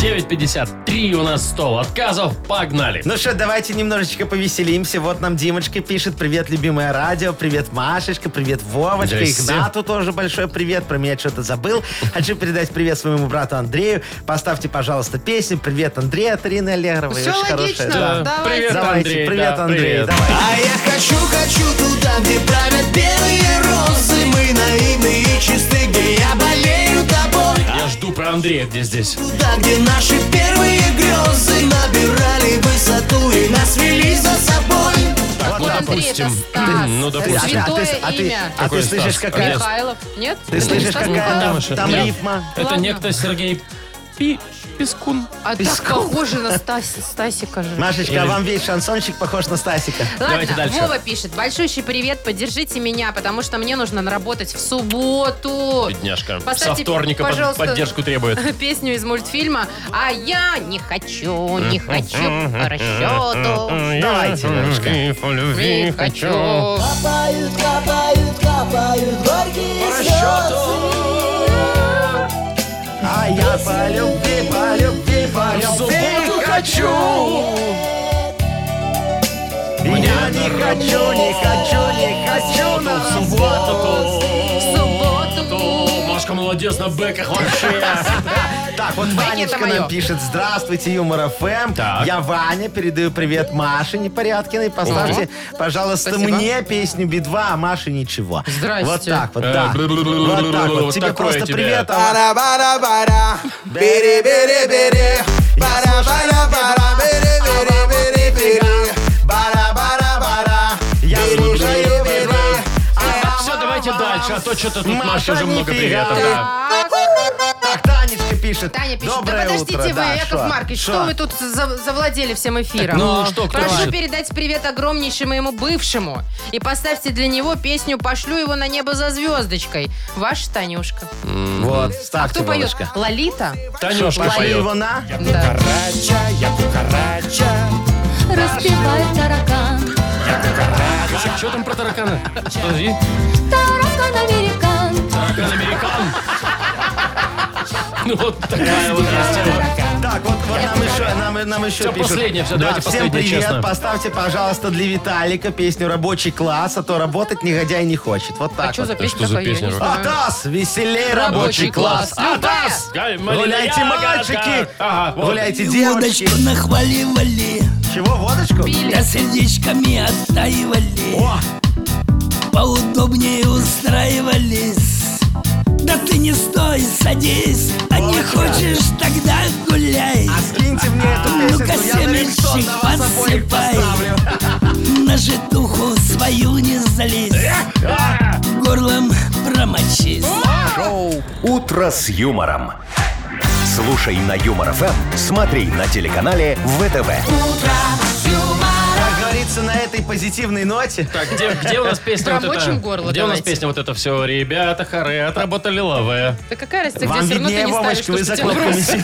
Speaker 2: 9.53 у нас стол отказов. Погнали.
Speaker 4: Ну что, давайте немножечко повеселимся. Вот нам Димочка пишет. Привет, любимое радио. Привет, Машечка. Привет, Вовочка.
Speaker 2: Здрасте.
Speaker 4: Игнату тоже большой привет. Про меня что-то забыл. Хочу передать привет своему брату Андрею. Поставьте, пожалуйста, песню. Привет, Андрей от Ирины Аллегровой.
Speaker 7: Всё
Speaker 4: Очень
Speaker 7: логично.
Speaker 4: хорошая.
Speaker 7: Да, Привет,
Speaker 4: Давайте,
Speaker 7: Андрей,
Speaker 4: Привет,
Speaker 7: да,
Speaker 4: Андрей.
Speaker 7: привет.
Speaker 4: Давай.
Speaker 7: А я хочу, хочу туда, где правят белые розы. Мы наивны и чисты, где я болею тобой.
Speaker 2: Я жду про Андрея, где здесь.
Speaker 7: Туда, где наши первые грезы набирали высоту и нас вели за собой.
Speaker 2: Так, ну допустим. Ну допустим.
Speaker 4: А ты- а ты-
Speaker 3: имя.
Speaker 4: А ты
Speaker 2: Какой
Speaker 4: слышишь,
Speaker 2: Стас?
Speaker 4: какая...
Speaker 2: Олег.
Speaker 3: Михайлов, нет?
Speaker 4: Ты слышишь,
Speaker 3: Стас
Speaker 4: какая
Speaker 3: Михайлов?
Speaker 4: там- там
Speaker 2: Нет.
Speaker 4: рифма?
Speaker 2: Это
Speaker 3: Ладно.
Speaker 2: некто Сергей Пи... Пискун.
Speaker 3: А так похоже на Стаси- Стасика же.
Speaker 4: Машечка, а
Speaker 2: Или-
Speaker 4: вам весь шансончик похож на Стасика.
Speaker 3: Ладно, Вова пишет. Большущий привет, поддержите меня, потому что мне нужно наработать в субботу.
Speaker 2: Бедняжка. Со
Speaker 3: Поставьте,
Speaker 2: вторника под-
Speaker 3: пожалуйста,
Speaker 2: поддержку требует.
Speaker 3: *laughs* Песню из мультфильма «А я не хочу, не хочу по
Speaker 2: А
Speaker 3: расчету».
Speaker 4: Давайте,
Speaker 3: любви хочу.
Speaker 7: Капают, капают, капают горькие слезы.
Speaker 4: А я по любви, по любви, по
Speaker 7: любви хочу.
Speaker 4: Я не хочу, не хочу, не хочу на работу.
Speaker 2: О, Машка молодец на бэках вообще.
Speaker 4: Так, вот Ванечка
Speaker 2: моё.
Speaker 4: нам пишет. Здравствуйте, Юмор ФМ. Я Ваня, передаю привет Маше Непорядкиной. Поставьте, пожалуйста,
Speaker 2: Спасибо.
Speaker 4: мне песню Би-2, а Маше ничего.
Speaker 2: Здрасте.
Speaker 4: Вот так вот,
Speaker 2: Э,
Speaker 4: да. Вот так вот.
Speaker 2: вот
Speaker 4: Тебе
Speaker 2: такое
Speaker 4: просто
Speaker 2: тебе.
Speaker 4: привет. а она-
Speaker 7: Бара-бара-бара, бере-бере-бере. Бара-бара-бара, бере-бере-бере-бере. Бара-бара-бара, я слушаю Би-2.
Speaker 2: Все, давайте дальше, а то то что-то тут
Speaker 4: Маша,
Speaker 2: Маша уже много
Speaker 4: нифига
Speaker 2: приветов.
Speaker 4: ты.
Speaker 2: да.
Speaker 4: Так, Танечка пишет.
Speaker 3: Таня пишет,
Speaker 4: Доброе
Speaker 3: да подождите
Speaker 4: утро.
Speaker 3: вы,
Speaker 4: Да,
Speaker 3: Яков
Speaker 4: шо?
Speaker 3: Маркович,
Speaker 4: Шо?
Speaker 3: что вы тут за- завладели всем эфиром?
Speaker 2: Ну, что, кто
Speaker 3: Прошу
Speaker 2: пишет?
Speaker 3: передать привет огромнейшему ему бывшему. И поставьте для него песню «Пошлю его на небо за звездочкой». Ваша Танюшка.
Speaker 4: Вот,
Speaker 3: А
Speaker 4: ставьте,
Speaker 3: кто поет?
Speaker 4: Вовочка.
Speaker 3: Лолита?
Speaker 2: Танюшка
Speaker 4: пошли
Speaker 2: поет.
Speaker 4: его на?
Speaker 3: Да.
Speaker 13: Распевай таракан,
Speaker 2: Что там про таракана? Подожди.
Speaker 13: таракан американ.
Speaker 2: Таракан американ. Ну вот такая вот есть тема.
Speaker 4: Так, вот, вот нам еще, нам, нам еще
Speaker 2: Всё,
Speaker 4: пишут.
Speaker 2: последнее, всё,
Speaker 4: Да,
Speaker 2: давайте
Speaker 4: всем
Speaker 2: последнее,
Speaker 4: привет,
Speaker 2: честно.
Speaker 4: поставьте, пожалуйста, для Виталика песню «Рабочий класс», а то работать негодяй не хочет. Вот так
Speaker 3: А что
Speaker 4: вот.
Speaker 3: за песня
Speaker 2: что за
Speaker 3: такая? Я не
Speaker 2: песня?
Speaker 3: знаю.
Speaker 4: Атас, веселей рабочий класс.
Speaker 3: класс.
Speaker 4: Атас!
Speaker 2: Галь, Марина,
Speaker 4: Гуляйте,
Speaker 2: я,
Speaker 4: мальчики!
Speaker 2: Ага, вот.
Speaker 4: Гуляйте, девочки!
Speaker 7: нахваливали,
Speaker 4: Чего, водочку?
Speaker 7: да сердечками оттаивали.
Speaker 4: О,
Speaker 7: Поудобнее устраивались. Да ты не стой, садись, а не хочешь, тогда гуляй.
Speaker 4: а скиньте мне эту
Speaker 7: Ну-ка,
Speaker 4: песенку, я на рельсон на вас обоих
Speaker 7: семечек
Speaker 4: поставлю.
Speaker 7: На житуху свою не залезь. Горлом промочись.
Speaker 1: Шоу «Утро с юмором». Слушай на Юмор ФМ, смотри на телеканале ВТВ.
Speaker 4: Как говорится, на этой позитивной ноте...
Speaker 2: Так, где, где у нас песня
Speaker 3: В
Speaker 2: вот эта?
Speaker 3: рабочем горло
Speaker 2: Где у нас
Speaker 3: давайте.
Speaker 2: песня вот это все? Ребята, хоры, отработали лаве.
Speaker 3: Да какая разница, где
Speaker 4: Вам
Speaker 3: все равно ты
Speaker 4: виднее,
Speaker 3: не ставишь,
Speaker 4: Вовочка,
Speaker 3: что
Speaker 4: вы
Speaker 3: ж ты
Speaker 4: за
Speaker 3: делаешь?
Speaker 4: кнопками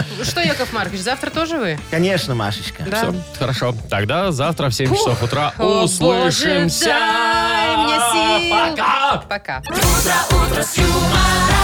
Speaker 4: сидите.
Speaker 3: Что, Яков Маркович, завтра тоже вы?
Speaker 4: Конечно, Машечка.
Speaker 3: Да.
Speaker 2: Все, хорошо. Тогда завтра в 7 часов утра
Speaker 3: О,
Speaker 2: услышимся.
Speaker 3: Боже, дай мне сил.
Speaker 2: Пока!
Speaker 3: Пока.
Speaker 7: Утро с юмором.